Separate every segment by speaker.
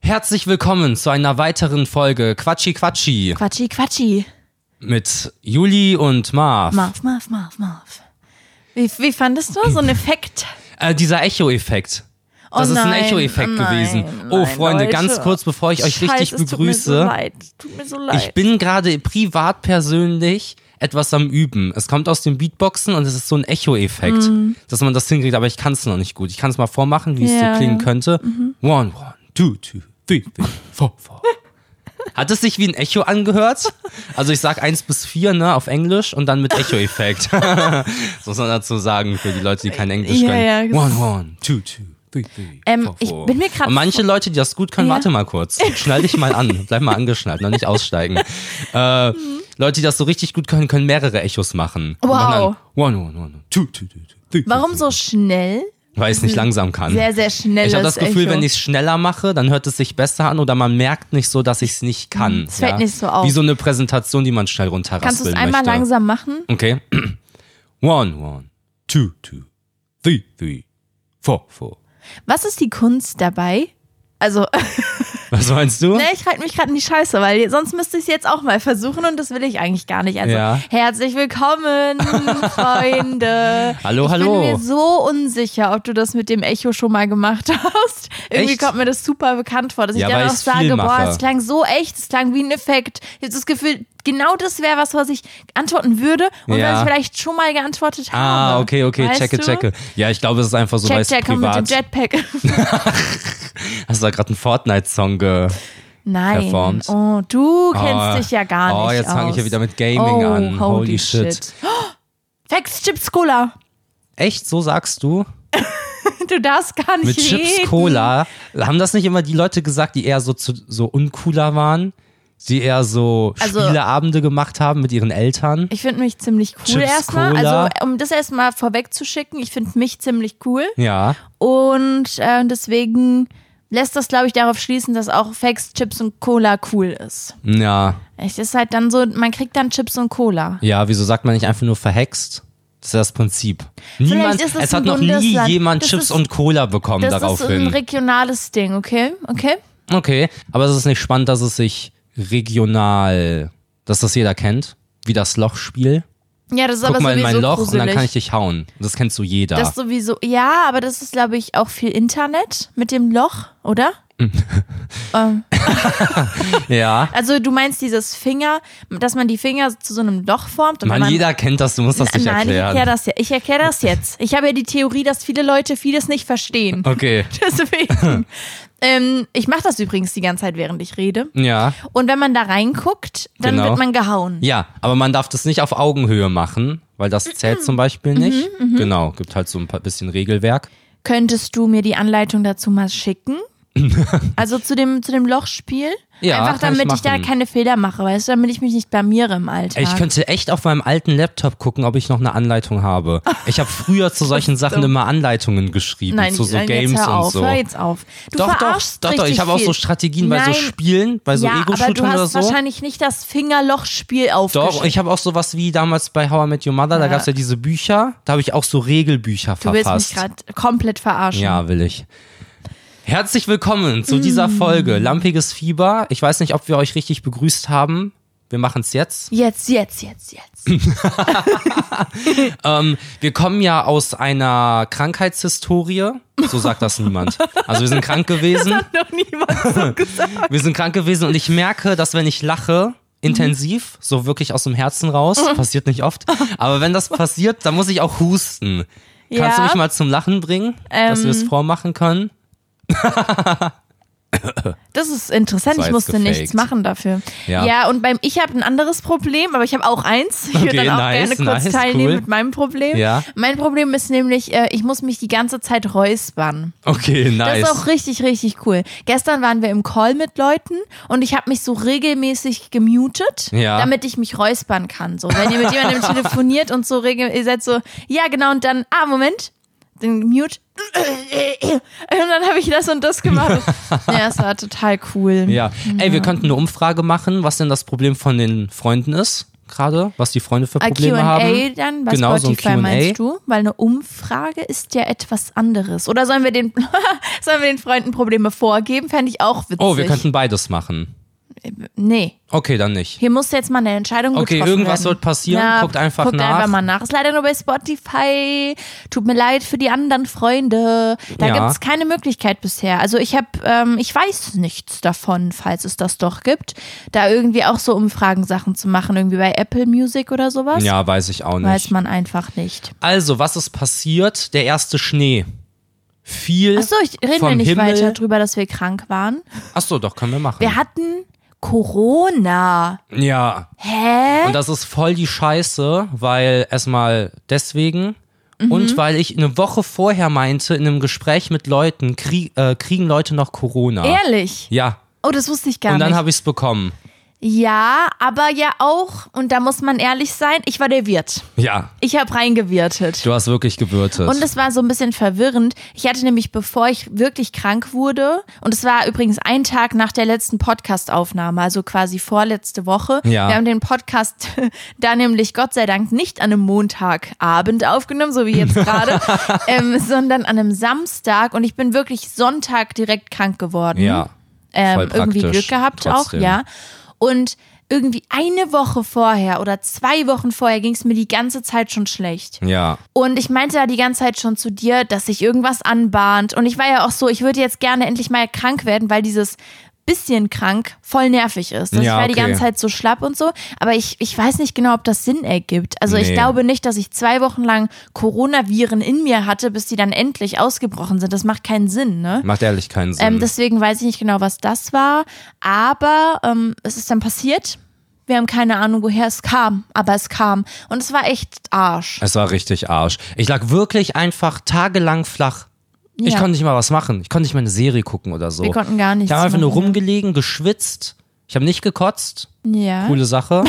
Speaker 1: Herzlich willkommen zu einer weiteren Folge Quatschi Quatschi
Speaker 2: Quatschi, Quatschi.
Speaker 1: mit Juli und Marv.
Speaker 2: Marv, Marv, Marv, Marv. Wie, wie fandest du so einen Effekt?
Speaker 1: Äh, dieser Echo-Effekt.
Speaker 2: Oh
Speaker 1: das ist ein
Speaker 2: nein,
Speaker 1: Echo-Effekt
Speaker 2: oh nein,
Speaker 1: gewesen.
Speaker 2: nein,
Speaker 1: oh, Freunde,
Speaker 2: Leute.
Speaker 1: ganz kurz, bevor ich euch
Speaker 2: Scheiße,
Speaker 1: richtig
Speaker 2: es Tut mir so
Speaker 1: begrüße.
Speaker 2: leid. Tut mir so leid.
Speaker 1: Ich bin gerade privat persönlich etwas am Üben. Es kommt aus dem Beatboxen und es ist so ein Echo-Effekt,
Speaker 2: Mhm.
Speaker 1: dass man das hinkriegt, aber ich kann es noch nicht gut. Ich kann es mal vormachen, wie es
Speaker 2: Ja, Mhm.
Speaker 1: so klingen
Speaker 2: ja.
Speaker 1: könnte. One, one, two, two, three, three, four, four. Hat es sich wie ein Echo angehört? Also ich sag eins bis vier, ne, auf Englisch und dann mit Echo-Effekt. das muss man dazu sagen für die Leute, die kein Englisch
Speaker 2: Ja,
Speaker 1: können.
Speaker 2: ja,
Speaker 1: one, one, two, two, three, three.
Speaker 2: Ähm,
Speaker 1: four,
Speaker 2: ich
Speaker 1: four.
Speaker 2: bin mir grad
Speaker 1: Und manche Leute, die das gut können,
Speaker 2: Ja.
Speaker 1: warte mal kurz. Schnall dich mal an. Bleib mal angeschnallt, noch nicht aussteigen. Äh, Leute, die das so richtig gut können, können mehrere Echos machen. Und
Speaker 2: Wow.
Speaker 1: machen dann One, one, one, one, two, two, two, three,
Speaker 2: Warum so schnell?
Speaker 1: Weil ich es nicht langsam kann.
Speaker 2: Sehr, sehr schnell.
Speaker 1: Also, ich habe das Gefühl, wenn ich es schneller mache, dann hört es sich besser an oder man merkt nicht so, dass ich es nicht kann.
Speaker 2: Mhm. es fällt nicht so auf.
Speaker 1: Wie so eine Präsentation, die man schnell runterraspeln
Speaker 2: Kannst du es einmal
Speaker 1: möchte.
Speaker 2: langsam machen?
Speaker 1: Okay. One, one, two, two, three, three, four, four.
Speaker 2: Was ist die Kunst dabei? Also,
Speaker 1: Was meinst du?
Speaker 2: ne, ich reite mich gerade in die Scheiße, weil sonst müsste ich es jetzt auch mal versuchen und das will ich eigentlich gar nicht. Also,
Speaker 1: Ja.
Speaker 2: herzlich willkommen, Freunde.
Speaker 1: Hallo,
Speaker 2: ich
Speaker 1: Oh, hallo.
Speaker 2: Ich bin mir so unsicher, ob du das mit dem Echo schon mal gemacht hast. Irgendwie
Speaker 1: Echt?
Speaker 2: kommt mir das super bekannt vor, dass
Speaker 1: Ja,
Speaker 2: ich dann
Speaker 1: weil
Speaker 2: auch
Speaker 1: ich's viel
Speaker 2: sage, boah,
Speaker 1: mache.
Speaker 2: es klang so echt, es klang wie ein Effekt. Ich habe das Gefühl, genau das wäre was, was ich antworten würde und
Speaker 1: Ja.
Speaker 2: was ich vielleicht schon mal geantwortet habe.
Speaker 1: Ah, okay, okay,
Speaker 2: weißt
Speaker 1: checke,
Speaker 2: du?
Speaker 1: checke. Ja, ich glaube, es ist einfach so, weil
Speaker 2: Check,
Speaker 1: es
Speaker 2: check, komm mit dem
Speaker 1: privat.
Speaker 2: Jetpack.
Speaker 1: Hast du da gerade einen Fortnite-Song ge.
Speaker 2: Nein.
Speaker 1: performt.
Speaker 2: Oh, du kennst
Speaker 1: Oh.
Speaker 2: dich ja gar
Speaker 1: Oh,
Speaker 2: nicht.
Speaker 1: jetzt fang ich
Speaker 2: aus.
Speaker 1: ja wieder mit Gaming
Speaker 2: oh,
Speaker 1: an.
Speaker 2: Holy,
Speaker 1: Holy shit.
Speaker 2: shit. Facts, Chips, Cola.
Speaker 1: Echt, so sagst du?
Speaker 2: Du darfst gar
Speaker 1: Mit
Speaker 2: nicht reden.
Speaker 1: Chips Cola. Haben das nicht immer die Leute gesagt, die eher so, zu, so uncooler waren? Die eher so
Speaker 2: Also-
Speaker 1: Spieleabende gemacht haben mit ihren Eltern?
Speaker 2: Ich finde mich ziemlich cool
Speaker 1: Chips,
Speaker 2: erstmal.
Speaker 1: Cola.
Speaker 2: Also, um das erstmal vorwegzuschicken, ich finde mich ziemlich cool.
Speaker 1: Ja.
Speaker 2: Und äh, deswegen lässt das, glaube ich, darauf schließen, dass auch Facts, Chips und Cola cool ist.
Speaker 1: Ja.
Speaker 2: Es ist halt dann so, man kriegt dann Chips und Cola.
Speaker 1: Ja, wieso sagt man nicht einfach nur verhext? Das ist das Prinzip. Niemand,
Speaker 2: ist es
Speaker 1: es
Speaker 2: ein
Speaker 1: hat noch nie
Speaker 2: Bundesland.
Speaker 1: jemand
Speaker 2: Das
Speaker 1: Chips
Speaker 2: ist-
Speaker 1: und Cola bekommen
Speaker 2: Das ist ein
Speaker 1: daraufhin.
Speaker 2: regionales Ding, okay? Okay?
Speaker 1: Okay, aber es ist nicht spannend, dass es sich regional, dass das jeder kennt, wie das Lochspiel.
Speaker 2: Ja, das ist
Speaker 1: Guck
Speaker 2: aber
Speaker 1: mal in
Speaker 2: sowieso
Speaker 1: mein Loch
Speaker 2: gruselig.
Speaker 1: und dann kann ich Ah. dich hauen. Das kennst du jeder.
Speaker 2: Das sowieso, ja, aber das ist, glaube ich, auch viel Internet mit dem Loch, oder?
Speaker 1: ja.
Speaker 2: Also du meinst dieses Finger, dass man die Finger zu so einem Loch formt und
Speaker 1: Mann,
Speaker 2: wenn man
Speaker 1: jeder kennt das, du musst das nicht
Speaker 2: Nein, ich
Speaker 1: erklären.
Speaker 2: erkläre das ja. Ich erkläre das jetzt. Ich habe ja die Theorie, dass viele Leute vieles nicht verstehen.
Speaker 1: Okay.
Speaker 2: Deswegen. ähm, ich mache das übrigens die ganze Zeit, während ich rede.
Speaker 1: Ja.
Speaker 2: Und wenn man da reinguckt, dann
Speaker 1: Genau.
Speaker 2: wird man gehauen.
Speaker 1: Ja, aber man darf das nicht auf Augenhöhe machen, weil das zählt zum Beispiel
Speaker 2: Mhm,
Speaker 1: nicht. Genau, gibt halt so ein paar bisschen Regelwerk.
Speaker 2: Könntest du mir die Anleitung dazu mal schicken? also zu dem, zu dem Lochspiel?
Speaker 1: Ja,
Speaker 2: Einfach
Speaker 1: kann ich
Speaker 2: damit ich, da
Speaker 1: machen.
Speaker 2: keine Fehler mache, weißt du, damit ich mich nicht blamiere im Alltag.
Speaker 1: Ey, Ich könnte echt auf meinem alten Laptop gucken, ob ich noch eine Anleitung habe. Ich habe früher zu solchen Sachen immer Anleitungen geschrieben,
Speaker 2: Nein,
Speaker 1: zu so
Speaker 2: nein,
Speaker 1: Games
Speaker 2: jetzt hör auf,
Speaker 1: und so.
Speaker 2: hör jetzt auf. Du
Speaker 1: doch, doch,
Speaker 2: verarschst
Speaker 1: doch, doch.
Speaker 2: richtig
Speaker 1: Ich habe auch
Speaker 2: viel.
Speaker 1: so Strategien bei
Speaker 2: Nein.
Speaker 1: so Spielen, bei so
Speaker 2: ja, aber du
Speaker 1: Ego-Shootern oder
Speaker 2: hast
Speaker 1: so.
Speaker 2: wahrscheinlich nicht das Fingerlochspiel aufgeschrieben.
Speaker 1: Doch, ich habe auch sowas wie damals bei How I Met Your Mother, da
Speaker 2: Ja.
Speaker 1: gab's ja diese Bücher, da habe ich auch so Regelbücher
Speaker 2: Du willst mich
Speaker 1: verfasst.
Speaker 2: gerade komplett verarschen.
Speaker 1: ja, will ich. Herzlich willkommen
Speaker 2: Mm.
Speaker 1: zu dieser Folge Lampiges Fieber. Ich weiß nicht, ob wir euch richtig begrüßt haben. Wir machen's jetzt.
Speaker 2: Jetzt, jetzt, jetzt, jetzt.
Speaker 1: Ähm, Wir kommen ja aus einer Krankheitshistorie. So sagt das niemand. Also wir sind krank gewesen.
Speaker 2: Noch niemand so gesagt.
Speaker 1: Wir sind krank gewesen und ich merke, dass wenn ich lache, intensiv, so wirklich aus dem Herzen raus, passiert nicht oft, aber wenn das passiert, dann muss ich auch husten. Kannst du
Speaker 2: Ja. Ähm.
Speaker 1: mich mal zum Lachen bringen, dass wir es vormachen können?
Speaker 2: Das ist
Speaker 1: Das
Speaker 2: interessant,
Speaker 1: war
Speaker 2: ich
Speaker 1: jetzt
Speaker 2: musste
Speaker 1: gefaked.
Speaker 2: nichts machen dafür.
Speaker 1: Ja.
Speaker 2: und beim ich habe ein anderes Problem, aber ich habe auch eins. Ich
Speaker 1: Okay,
Speaker 2: würde dann auch
Speaker 1: nice,
Speaker 2: gerne kurz
Speaker 1: nice,
Speaker 2: teilnehmen
Speaker 1: cool.
Speaker 2: mit meinem Problem.
Speaker 1: Ja.
Speaker 2: Mein Problem ist nämlich, äh, ich muss mich die ganze Zeit räuspern.
Speaker 1: Okay,
Speaker 2: Das
Speaker 1: nice.
Speaker 2: ist auch richtig, richtig cool. Gestern waren wir im Call mit Leuten und ich habe mich so regelmäßig gemutet,
Speaker 1: Ja.
Speaker 2: damit ich mich räuspern kann. So, wenn ihr mit jemandem telefoniert und so regelmäßig, ihr seid so, ja genau, und dann, ah, Moment, den Mute. Und dann habe ich das und das gemacht. ja, es war total cool.
Speaker 1: ja. Ey, wir könnten eine Umfrage machen, was denn das Problem von den Freunden ist. gerade, was die Freunde für
Speaker 2: Ein
Speaker 1: Probleme haben.
Speaker 2: Q&A dann bei
Speaker 1: Genau, so ein
Speaker 2: Spotify
Speaker 1: Q&A.
Speaker 2: meinst du? Weil eine Umfrage ist ja etwas anderes. Oder sollen wir den, sollen wir den Freunden Probleme vorgeben? Fände ich auch witzig.
Speaker 1: Oh, wir könnten beides machen.
Speaker 2: Nee,
Speaker 1: Okay, dann nicht.
Speaker 2: hier muss jetzt mal eine Entscheidung
Speaker 1: Okay,
Speaker 2: getroffen
Speaker 1: irgendwas
Speaker 2: werden.
Speaker 1: wird passieren. Guckt einfach
Speaker 2: guckt
Speaker 1: nach.
Speaker 2: einfach mal nach. Ist leider nur bei Spotify. Tut mir leid für die anderen Freunde. Da
Speaker 1: Ja.
Speaker 2: gibt es keine Möglichkeit bisher. Also ich habe, ähm, ich weiß nichts davon, falls es das doch gibt, da irgendwie auch so Umfragen-Sachen zu machen, irgendwie bei Apple Music oder sowas.
Speaker 1: Ja, weiß ich auch nicht.
Speaker 2: Weiß man einfach nicht.
Speaker 1: Also, was ist passiert? Der erste Schnee. Viel.
Speaker 2: Achso, ich reden
Speaker 1: vom
Speaker 2: wir nicht
Speaker 1: Himmel.
Speaker 2: weiter drüber, dass wir krank waren.
Speaker 1: Achso, doch, können wir machen.
Speaker 2: Wir hatten Corona.
Speaker 1: ja.
Speaker 2: Hä?
Speaker 1: Und das ist voll die Scheiße, weil erstmal deswegen
Speaker 2: Mhm.
Speaker 1: und weil ich eine Woche vorher meinte, in einem Gespräch mit Leuten, krieg, äh, kriegen Leute noch Corona.
Speaker 2: Ehrlich?
Speaker 1: Ja.
Speaker 2: Oh, das wusste ich gar
Speaker 1: Und dann
Speaker 2: nicht.
Speaker 1: habe ich es bekommen.
Speaker 2: Ja, aber ja auch, und da muss man ehrlich sein, ich war der Wirt.
Speaker 1: Ja.
Speaker 2: Ich habe reingewirtet.
Speaker 1: Du hast wirklich gewürtet.
Speaker 2: Und es war so ein bisschen verwirrend. Ich hatte nämlich, bevor ich wirklich krank wurde, und es war übrigens ein Tag nach der letzten Podcast-Aufnahme, also quasi vorletzte Woche.
Speaker 1: Ja.
Speaker 2: Wir haben den Podcast da nämlich Gott sei Dank nicht an einem Montagabend aufgenommen, so wie jetzt gerade, ähm, sondern an einem Samstag. Und ich bin wirklich Sonntag direkt krank geworden
Speaker 1: ja.
Speaker 2: ähm,
Speaker 1: Voll
Speaker 2: irgendwie
Speaker 1: praktisch,
Speaker 2: Glück gehabt
Speaker 1: trotzdem.
Speaker 2: auch, ja. Und irgendwie eine Woche vorher oder zwei Wochen vorher ging es mir die ganze Zeit schon schlecht.
Speaker 1: Ja.
Speaker 2: Und ich meinte ja die ganze Zeit schon zu dir, dass sich irgendwas anbahnt. Und ich war ja auch so, ich würde jetzt gerne endlich mal krank werden, weil dieses bisschen krank voll nervig ist. Also
Speaker 1: Ja,
Speaker 2: ich war die
Speaker 1: okay.
Speaker 2: ganze Zeit so schlapp und so. Aber ich, ich weiß nicht genau, ob das Sinn ergibt. Also ich
Speaker 1: Nee.
Speaker 2: glaube nicht, dass ich zwei Wochen lang Coronaviren in mir hatte, bis die dann endlich ausgebrochen sind. Das macht keinen Sinn, ne?
Speaker 1: Macht ehrlich keinen Sinn.
Speaker 2: Ähm, deswegen weiß ich nicht genau, was das war. Aber ähm, es ist dann passiert. Wir haben keine Ahnung, woher es kam. Aber es kam. Und es war echt Arsch.
Speaker 1: es war richtig Arsch. Ich lag wirklich einfach tagelang flach. Ich
Speaker 2: Ja.
Speaker 1: konnte nicht mal was machen. Ich konnte nicht mal eine Serie gucken oder so.
Speaker 2: Wir konnten gar
Speaker 1: Ich
Speaker 2: nichts
Speaker 1: habe einfach nur
Speaker 2: machen,
Speaker 1: rumgelegen, geschwitzt. Ich habe nicht gekotzt.
Speaker 2: Ja.
Speaker 1: Äh, Coole Sache.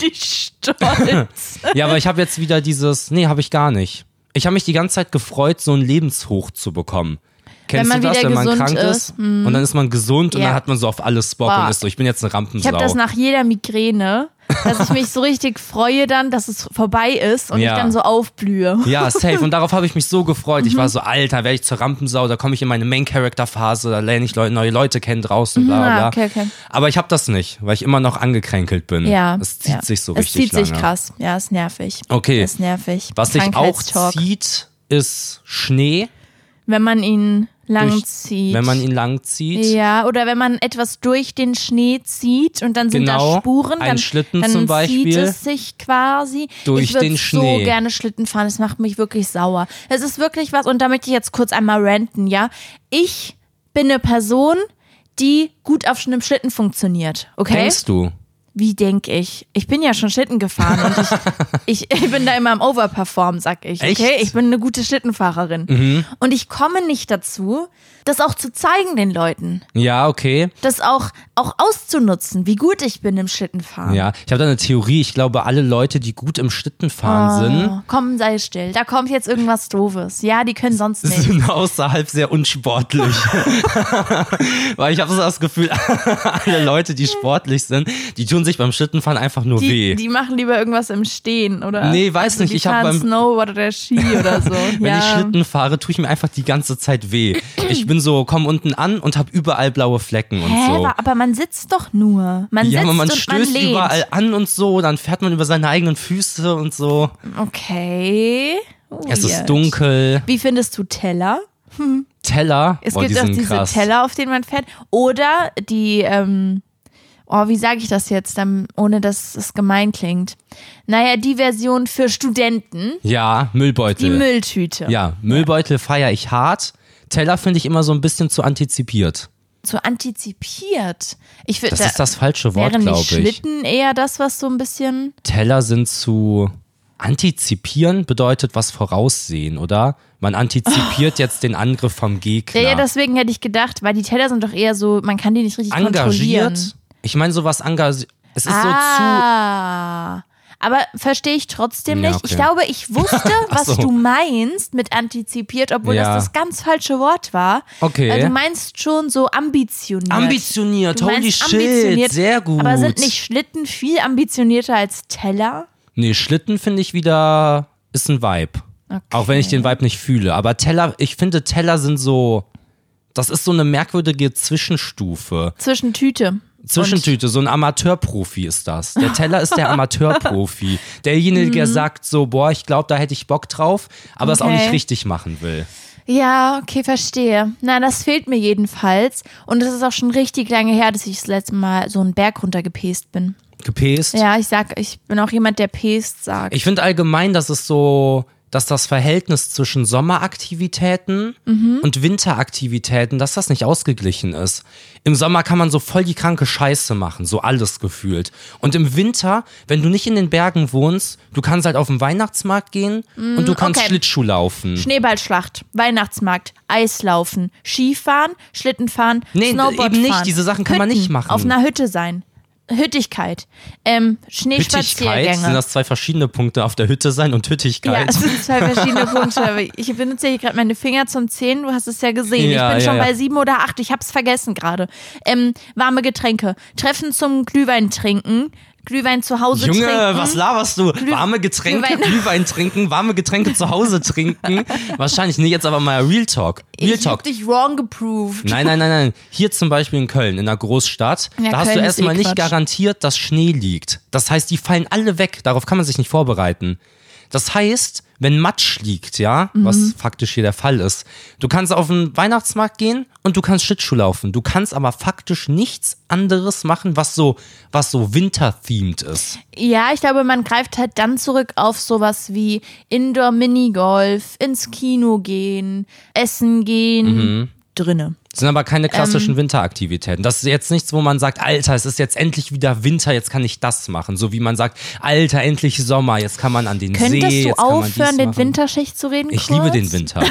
Speaker 2: Die Stolz.
Speaker 1: Ja, aber ich habe jetzt wieder dieses. Nee, habe ich gar nicht. Ich habe mich die ganze Zeit gefreut, so ein Lebenshoch zu bekommen. Kennst
Speaker 2: man
Speaker 1: du das,
Speaker 2: wieder
Speaker 1: wenn man
Speaker 2: gesund
Speaker 1: krank ist?
Speaker 2: ist, mhm.
Speaker 1: und dann ist man gesund und
Speaker 2: Ja.
Speaker 1: dann hat man so auf alles Bock
Speaker 2: Boah.
Speaker 1: und ist so, ich bin jetzt eine
Speaker 2: Ich
Speaker 1: Rampensau.
Speaker 2: habe das nach jeder Migräne, dass ich mich so richtig freue dann, dass es vorbei ist und
Speaker 1: Ja.
Speaker 2: ich dann so aufblühe.
Speaker 1: Ja, safe. Und darauf habe ich mich so gefreut.
Speaker 2: Mhm.
Speaker 1: Ich war so, Alter, werde ich zur Rampensau, da komme ich in meine Main-Character-Phase, da lerne ich Leu neue Leute kennen draußen, bla bla.
Speaker 2: Ah,
Speaker 1: bla.
Speaker 2: okay, okay.
Speaker 1: Aber ich habe das nicht, weil ich immer noch angekränkelt bin.
Speaker 2: Ja.
Speaker 1: Es zieht
Speaker 2: ja.
Speaker 1: sich so
Speaker 2: Es
Speaker 1: richtig
Speaker 2: zieht sich
Speaker 1: lange.
Speaker 2: krass. Ja, ist nervig.
Speaker 1: Okay.
Speaker 2: Ist nervig.
Speaker 1: Was sich auch
Speaker 2: Krankheitstalk.
Speaker 1: zieht, ist Schnee,
Speaker 2: Wenn man ihn lang
Speaker 1: Durch-
Speaker 2: zieht.
Speaker 1: wenn man ihn lang zieht.
Speaker 2: Ja, oder wenn man etwas durch den Schnee zieht und dann sind
Speaker 1: Genau,
Speaker 2: da Spuren,
Speaker 1: ein
Speaker 2: dann,
Speaker 1: Schlitten
Speaker 2: dann
Speaker 1: zum
Speaker 2: zieht
Speaker 1: Beispiel
Speaker 2: es sich quasi.
Speaker 1: durch
Speaker 2: ich würd
Speaker 1: den
Speaker 2: so
Speaker 1: Schnee.
Speaker 2: gerne Schlitten fahren, das macht mich wirklich sauer. Es ist wirklich was, und da möchte ich jetzt kurz einmal ranten, ja. Ich bin eine Person, die gut auf einem Schlitten funktioniert, okay?
Speaker 1: Denkst du?
Speaker 2: Wie denk ich? Ich bin ja schon Schlitten gefahren und ich, ich, ich bin da immer am Overperform, sag ich.
Speaker 1: Echt? Mhm.
Speaker 2: Okay, ich bin eine gute Schlittenfahrerin. Und ich komme nicht dazu, das auch zu zeigen den Leuten
Speaker 1: Ja, okay.
Speaker 2: das auch, auch auszunutzen, wie gut ich bin im Schlittenfahren.
Speaker 1: Ja, ich habe da eine Theorie. Ich glaube, alle Leute, die gut im Schlittenfahren
Speaker 2: Oh, komm, sei still. Da kommt jetzt irgendwas Doofes. Ja, die können sonst
Speaker 1: sind,
Speaker 2: nicht.
Speaker 1: sind außerhalb sehr unsportlich. Weil ich habe so das Gefühl, alle Leute, die sportlich sind, die tun sich beim Schlittenfahren einfach nur weh.
Speaker 2: Die, die machen lieber irgendwas im Stehen, oder? also
Speaker 1: Nee, weiß nicht,
Speaker 2: Die
Speaker 1: ich hab
Speaker 2: fahren
Speaker 1: beim-
Speaker 2: Snowboard oder Ski oder so.
Speaker 1: Wenn
Speaker 2: ja.
Speaker 1: ich Schlitten fahre, tue ich mir einfach die ganze Zeit weh. Ich bin so, komm unten an und habe überall blaue Flecken und
Speaker 2: Hä,
Speaker 1: so.
Speaker 2: wa- aber man sitzt doch nur. Man
Speaker 1: Ja,
Speaker 2: sitzt
Speaker 1: aber man
Speaker 2: und man
Speaker 1: stößt
Speaker 2: lebt.
Speaker 1: überall an und so, dann fährt man über seine eigenen Füße und so.
Speaker 2: Okay. Oh,
Speaker 1: Es ist
Speaker 2: Weird.
Speaker 1: dunkel.
Speaker 2: Wie findest du Teller?
Speaker 1: Teller.
Speaker 2: Es
Speaker 1: oh,
Speaker 2: gibt
Speaker 1: die
Speaker 2: auch
Speaker 1: sind
Speaker 2: diese
Speaker 1: krass.
Speaker 2: Teller, auf denen man fährt. Oder die, ähm, oh, wie sage ich das jetzt, dann, ohne dass es gemein klingt? Naja, die Version für Studenten,
Speaker 1: Ja,
Speaker 2: die
Speaker 1: Müllbeutel.
Speaker 2: Mülltüte.
Speaker 1: ja, Müllbeutel feiere ich hart. Teller finde ich immer so ein bisschen zu antizipiert.
Speaker 2: So antizipiert. Ich würde
Speaker 1: Das ist das falsche Wort,
Speaker 2: Wären
Speaker 1: glaube
Speaker 2: nicht
Speaker 1: ich.
Speaker 2: Schlitten eher das, was so ein bisschen.
Speaker 1: Teller sind zu antizipieren bedeutet was voraussehen, oder? Man antizipiert jetzt den Angriff vom Gegner.
Speaker 2: Oh. Ja, ja, deswegen hätte ich gedacht, weil die Teller sind doch eher so, man kann die nicht richtig kontrollieren.
Speaker 1: engagiert. Ich meine sowas engagiert. Es ist
Speaker 2: ah, Aber verstehe ich trotzdem
Speaker 1: Ja,
Speaker 2: nicht.
Speaker 1: okay.
Speaker 2: Ich glaube, ich wusste,
Speaker 1: Ach
Speaker 2: was
Speaker 1: so.
Speaker 2: du meinst mit antizipiert, obwohl
Speaker 1: Ja.
Speaker 2: das das ganz falsche Wort war.
Speaker 1: Okay.
Speaker 2: Weil Also du meinst schon so ambitioniert.
Speaker 1: Ambitioniert,
Speaker 2: Du
Speaker 1: holy
Speaker 2: meinst
Speaker 1: shit,
Speaker 2: ambitioniert,
Speaker 1: sehr gut.
Speaker 2: Aber sind nicht Schlitten viel ambitionierter als Teller?
Speaker 1: Nee, Schlitten finde ich wieder ist ein Vibe. Auch wenn ich den Vibe nicht fühle. Aber Teller, ich finde Teller sind so. Das ist so eine merkwürdige Zwischenstufe.
Speaker 2: Zwischen Tüte.
Speaker 1: Zwischentüte, so ein Amateurprofi ist das. Der Teller ist der Amateurprofi. Derjenige,
Speaker 2: Mhm.
Speaker 1: der sagt so, boah, ich glaube, da hätte ich Bock drauf, aber es auch
Speaker 2: Okay.
Speaker 1: nicht richtig machen will.
Speaker 2: Ja, okay, verstehe. Na, das fehlt mir jedenfalls. Und es ist auch schon richtig lange her, dass ich das letzte Mal so einen Berg runtergepest bin.
Speaker 1: Gepäst.
Speaker 2: Ja, ich sag, ich bin auch jemand, der pest sagt.
Speaker 1: Ich finde allgemein, dass es so, dass das Verhältnis zwischen Sommeraktivitäten
Speaker 2: Mhm.
Speaker 1: und Winteraktivitäten, dass das nicht ausgeglichen ist. Im Sommer kann man so voll die kranke Scheiße machen, so alles gefühlt. Und im Winter, wenn du nicht in den Bergen wohnst, du kannst halt auf den Weihnachtsmarkt gehen und du kannst
Speaker 2: Mhm, okay.
Speaker 1: Schlittschuh laufen.
Speaker 2: Schneeballschlacht, Weihnachtsmarkt, Eislaufen, Skifahren, Schlittenfahren,
Speaker 1: Nee,
Speaker 2: Snowboard
Speaker 1: eben nicht.
Speaker 2: fahren,
Speaker 1: Diese Sachen kann man
Speaker 2: Hütten,
Speaker 1: nicht machen.
Speaker 2: Auf einer Hütte sein. Hüttigkeit, ähm,
Speaker 1: Hüttigkeit sind
Speaker 2: Schneespaziergänge.
Speaker 1: das zwei verschiedene Punkte auf der Hütte sein und
Speaker 2: Ja, also
Speaker 1: Hüttigkeit.
Speaker 2: es sind zwei verschiedene Punkte. aber Ich benutze hier gerade meine Finger zum Zähnen. Du hast es ja gesehen.
Speaker 1: Ja,
Speaker 2: ich bin
Speaker 1: ja,
Speaker 2: schon
Speaker 1: ja.
Speaker 2: bei sieben oder acht. Ich hab's vergessen gerade. Ähm, warme Getränke. Treffen zum Glühwein trinken. Glühwein zu Hause
Speaker 1: Junge,
Speaker 2: trinken.
Speaker 1: was laberst du? warme Getränke,
Speaker 2: Glühwein.
Speaker 1: Glühwein. trinken, warme Getränke zu Hause trinken. Wahrscheinlich nicht jetzt aber mal Real Talk. Real
Speaker 2: ich
Speaker 1: Talk.
Speaker 2: hab dich wrong geproved.
Speaker 1: Nein, nein, nein, nein. Hier zum Beispiel in Köln, in einer Großstadt,
Speaker 2: Ja,
Speaker 1: da hast
Speaker 2: Köln
Speaker 1: du
Speaker 2: ist
Speaker 1: erstmal
Speaker 2: eh
Speaker 1: nicht
Speaker 2: Quatsch.
Speaker 1: garantiert, dass Schnee liegt. Das heißt, die fallen alle weg. Darauf kann man sich nicht vorbereiten. Das heißt, wenn Matsch liegt, ja,
Speaker 2: Mhm.
Speaker 1: was faktisch hier der Fall ist, du kannst auf den Weihnachtsmarkt gehen und du kannst Schlittschuh laufen. Du kannst aber faktisch nichts anderes machen, was so, was so winterthemed ist.
Speaker 2: Ja, ich glaube, man greift halt dann zurück auf sowas wie Indoor-Minigolf, ins Kino gehen, essen gehen,
Speaker 1: Mhm.
Speaker 2: drinne.
Speaker 1: Sind aber keine klassischen
Speaker 2: Ähm.
Speaker 1: Winteraktivitäten. Das ist jetzt nichts, wo man sagt, Alter, es ist jetzt endlich wieder Winter, jetzt kann ich das machen. So wie man sagt, Alter, endlich Sommer, jetzt kann man an den See.
Speaker 2: Könntest du
Speaker 1: jetzt kann man dies
Speaker 2: aufhören, den
Speaker 1: machen.
Speaker 2: Winterschicht zu reden?
Speaker 1: Ich
Speaker 2: kurz?
Speaker 1: liebe den Winter.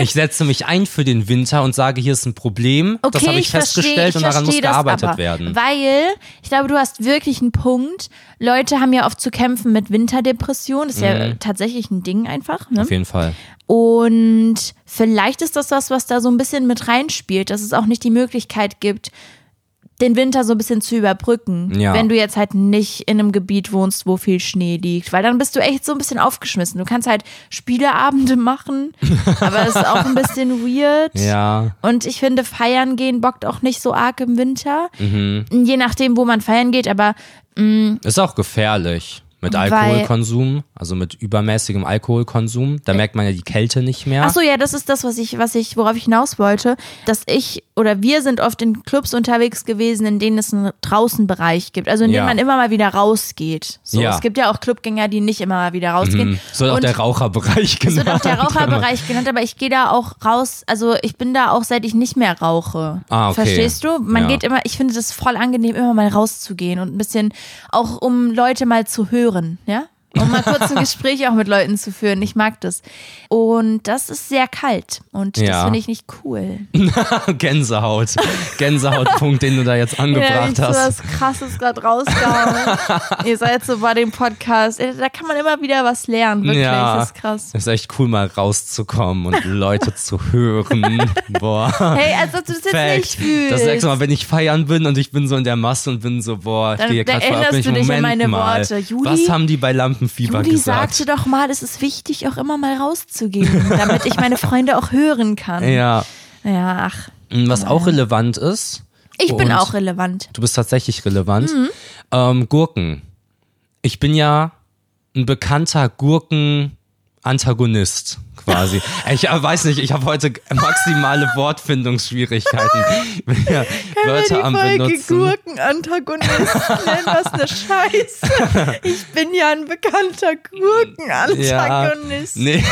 Speaker 1: Ich setze mich ein für den Winter und sage, hier ist ein Problem.
Speaker 2: Okay,
Speaker 1: das habe ich,
Speaker 2: ich verstehe,
Speaker 1: festgestellt
Speaker 2: ich
Speaker 1: und daran muss
Speaker 2: verstehe das
Speaker 1: gearbeitet
Speaker 2: aber,
Speaker 1: werden.
Speaker 2: Weil, ich glaube, du hast wirklich einen Punkt. Leute haben ja oft zu kämpfen mit Winterdepression. Das ist
Speaker 1: Mhm.
Speaker 2: ja tatsächlich ein Ding einfach. Ne?
Speaker 1: Auf jeden Fall.
Speaker 2: Und vielleicht ist das das, was da so ein bisschen mit reinspielt, dass es auch nicht die Möglichkeit gibt, den Winter so ein bisschen zu überbrücken,
Speaker 1: Ja.
Speaker 2: wenn du jetzt halt nicht in einem Gebiet wohnst, wo viel Schnee liegt, weil dann bist du echt so ein bisschen aufgeschmissen. Du kannst halt Spieleabende machen, aber es ist auch ein bisschen weird.
Speaker 1: Ja.
Speaker 2: Und ich finde, feiern gehen bockt auch nicht so arg im Winter,
Speaker 1: Mhm.
Speaker 2: je nachdem, wo man feiern geht, aber
Speaker 1: Ist auch gefährlich. Mit
Speaker 2: Weil-
Speaker 1: Alkoholkonsum, also mit übermäßigem Alkoholkonsum, da merkt man ja die Kälte nicht mehr.
Speaker 2: Ach so, ja, das ist das, was ich, was ich, worauf ich hinaus wollte, dass ich oder wir sind oft in Clubs unterwegs gewesen, in denen es einen Draußenbereich gibt, also in dem
Speaker 1: Ja.
Speaker 2: man immer mal wieder rausgeht. So,
Speaker 1: Ja. Mhm.
Speaker 2: es gibt ja auch Clubgänger, die nicht immer mal wieder rausgehen.
Speaker 1: Soll auch
Speaker 2: Und
Speaker 1: der Raucherbereich
Speaker 2: es
Speaker 1: genannt
Speaker 2: wird auch der
Speaker 1: werden.
Speaker 2: Raucherbereich genannt, aber ich gehe da auch raus, also ich bin da auch, seit ich nicht mehr rauche.
Speaker 1: Ah, okay.
Speaker 2: Verstehst du? Man
Speaker 1: Ja.
Speaker 2: geht immer, ich finde das voll angenehm, immer mal rauszugehen und ein bisschen auch um Leute mal zu hören, ja? Um mal kurz ein Gespräch auch mit Leuten zu führen. Ich mag das. Und das ist sehr kalt und das
Speaker 1: Ja.
Speaker 2: finde ich nicht cool.
Speaker 1: Gänsehaut. Gänsehautpunkt, den du da jetzt
Speaker 2: Ja,
Speaker 1: angebracht
Speaker 2: ich so
Speaker 1: hast.
Speaker 2: was Krasses gerade rausgehauen. Ihr seid so bei dem Podcast. Ey, Da kann man immer wieder was lernen, wirklich.
Speaker 1: Ja.
Speaker 2: Das ist krass.
Speaker 1: Ist echt cool, mal rauszukommen und Leute zu hören. Boah.
Speaker 2: Hey, als ob du das jetzt
Speaker 1: Fact.
Speaker 2: nicht fühlst.
Speaker 1: Das nächste Mal, wenn ich feiern bin und ich bin so in der Masse und bin so, boah, ich
Speaker 2: Dann-
Speaker 1: gehe hier
Speaker 2: dann
Speaker 1: gerade voll ab, bin ich,
Speaker 2: erinnerst du dich an
Speaker 1: Moment
Speaker 2: meine
Speaker 1: mal.
Speaker 2: Worte. Juli?
Speaker 1: Was haben die bei Lampenfieber
Speaker 2: Juli
Speaker 1: gesagt?
Speaker 2: sagte doch mal, es ist wichtig, auch immer mal rauszugehen, damit ich meine Freunde auch hören kann.
Speaker 1: ja.
Speaker 2: Ja, ach.
Speaker 1: Was auch relevant ist.
Speaker 2: Ich bin
Speaker 1: und-
Speaker 2: auch relevant.
Speaker 1: Du bist tatsächlich relevant. Ähm, Gurken. Ich bin ja ein bekannter Gurken-Antagonist quasi. ich äh, weiß nicht, ich habe heute maximale Wortfindungsschwierigkeiten. Ich bin ja Wörter am Benutzen.
Speaker 2: Gurkenantagonist nennen, was eine Scheiße. Ich bin ja ein bekannter
Speaker 1: Ja, nee.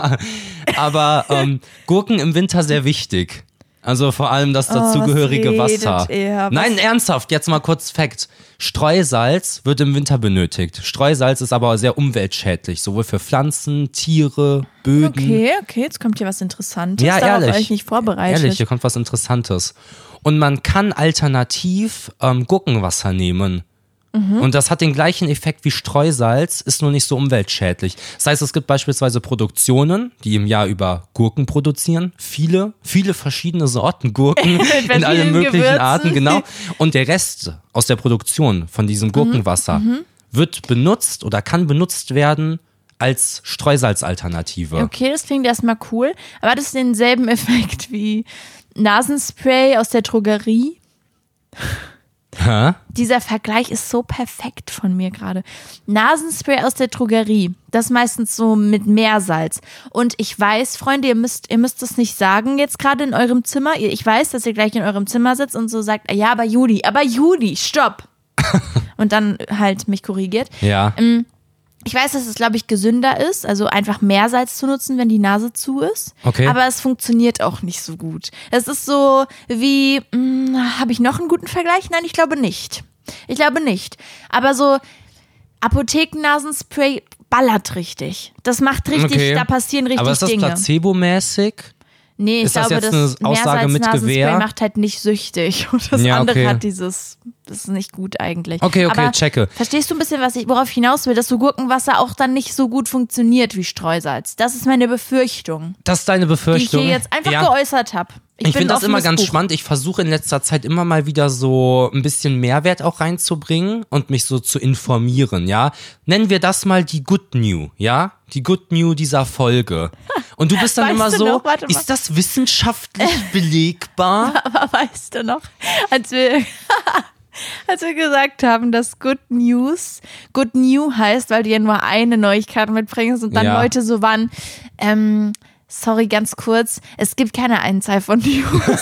Speaker 1: Aber ähm, Gurken im Winter sehr wichtig. Also vor allem das dazugehörige
Speaker 2: Oh, was redet
Speaker 1: Wasser.
Speaker 2: er? Was-
Speaker 1: Nein, ernsthaft, jetzt mal kurz Fact. Streusalz wird im Winter benötigt. Streusalz ist aber sehr umweltschädlich, sowohl für Pflanzen, Tiere, Böden.
Speaker 2: Okay, okay, jetzt kommt hier was Interessantes.
Speaker 1: Ja,
Speaker 2: Darauf
Speaker 1: ehrlich.
Speaker 2: war ich nicht vorbereitet.
Speaker 1: Ehrlich, oh hier kommt was Interessantes. Und man kann alternativ ähm, Gurkenwasser nehmen.
Speaker 2: Mhm.
Speaker 1: Und das hat den gleichen Effekt wie Streusalz, ist nur nicht so umweltschädlich. Das heißt, es gibt beispielsweise Produktionen, die im Jahr über Gurken produzieren. Viele, viele verschiedene Sorten Gurken in allen
Speaker 2: verschiedenen
Speaker 1: möglichen
Speaker 2: Gewürzen.
Speaker 1: Arten, genau. Und der Rest aus der Produktion von
Speaker 2: Mhm,
Speaker 1: diesem Gurkenwasser wird benutzt oder kann benutzt werden als Streusalzalternative.
Speaker 2: Okay, das klingt erstmal cool. Aber hat es denselben Effekt wie Nasenspray aus der Drogerie?
Speaker 1: Hä?
Speaker 2: Dieser Vergleich ist so perfekt von mir gerade. Nasenspray aus der Drogerie, das meistens so mit Meersalz. Und ich weiß, Freunde, ihr müsst, ihr müsst das nicht sagen jetzt gerade in eurem Zimmer. Ihr- Ich weiß, dass ihr gleich in eurem Zimmer sitzt und so sagt, "Ah ja, aber Judy, aber Judy, stopp. und dann halt mich korrigiert.
Speaker 1: Ja.
Speaker 2: Ich weiß, dass es, glaube ich, gesünder ist, also einfach mehr Salz zu nutzen, wenn die Nase zu ist.
Speaker 1: Okay.
Speaker 2: Aber es funktioniert auch nicht so gut. Es ist so wie, hm, habe ich noch einen guten Vergleich? Nein, ich glaube nicht. Ich glaube nicht. Aber so Apothekennasenspray ballert richtig. Das macht richtig,
Speaker 1: Okay.
Speaker 2: da passieren richtig
Speaker 1: Aber ist das
Speaker 2: Dinge.
Speaker 1: placebomäßig?
Speaker 2: nee, ich
Speaker 1: ist das
Speaker 2: glaube,
Speaker 1: jetzt
Speaker 2: das
Speaker 1: eine Aussage mit
Speaker 2: Meersalznasenspray
Speaker 1: Gewehr?
Speaker 2: macht halt nicht süchtig. Und das
Speaker 1: Ja,
Speaker 2: andere
Speaker 1: okay.
Speaker 2: hat dieses, das ist nicht gut eigentlich.
Speaker 1: Okay, okay,
Speaker 2: Aber
Speaker 1: checke.
Speaker 2: Verstehst du ein bisschen, was ich, worauf ich hinaus will, dass so Gurkenwasser auch dann nicht so gut funktioniert wie Streusalz? Das ist meine Befürchtung,
Speaker 1: Das ist deine
Speaker 2: die ich
Speaker 1: Befürchtung.
Speaker 2: hier jetzt einfach
Speaker 1: ja.
Speaker 2: geäußert habe.
Speaker 1: Ich, finde das immer ganz
Speaker 2: Buch.
Speaker 1: spannend. Ich versuche in letzter Zeit immer mal wieder so ein bisschen Mehrwert auch reinzubringen und mich so zu informieren, ja. Nennen wir das mal die Good New, ja? Die Good New dieser Folge. Und du bist dann
Speaker 2: Weißt
Speaker 1: immer
Speaker 2: du
Speaker 1: so,
Speaker 2: noch? Warte mal.
Speaker 1: ist das wissenschaftlich belegbar?
Speaker 2: Aber weißt du noch, als wir, als wir gesagt haben, dass Good News Good New heißt, weil du ja nur eine Neuigkeit mitbringst und dann
Speaker 1: Ja.
Speaker 2: Leute so waren, ähm, sorry, ganz kurz, es gibt keine Einzahl von News.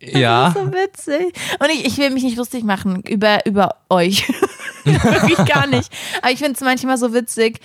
Speaker 1: ja.
Speaker 2: so witzig. Und ich, ich will mich nicht lustig machen über, über euch. Wirklich gar nicht. Aber ich finde es manchmal so witzig,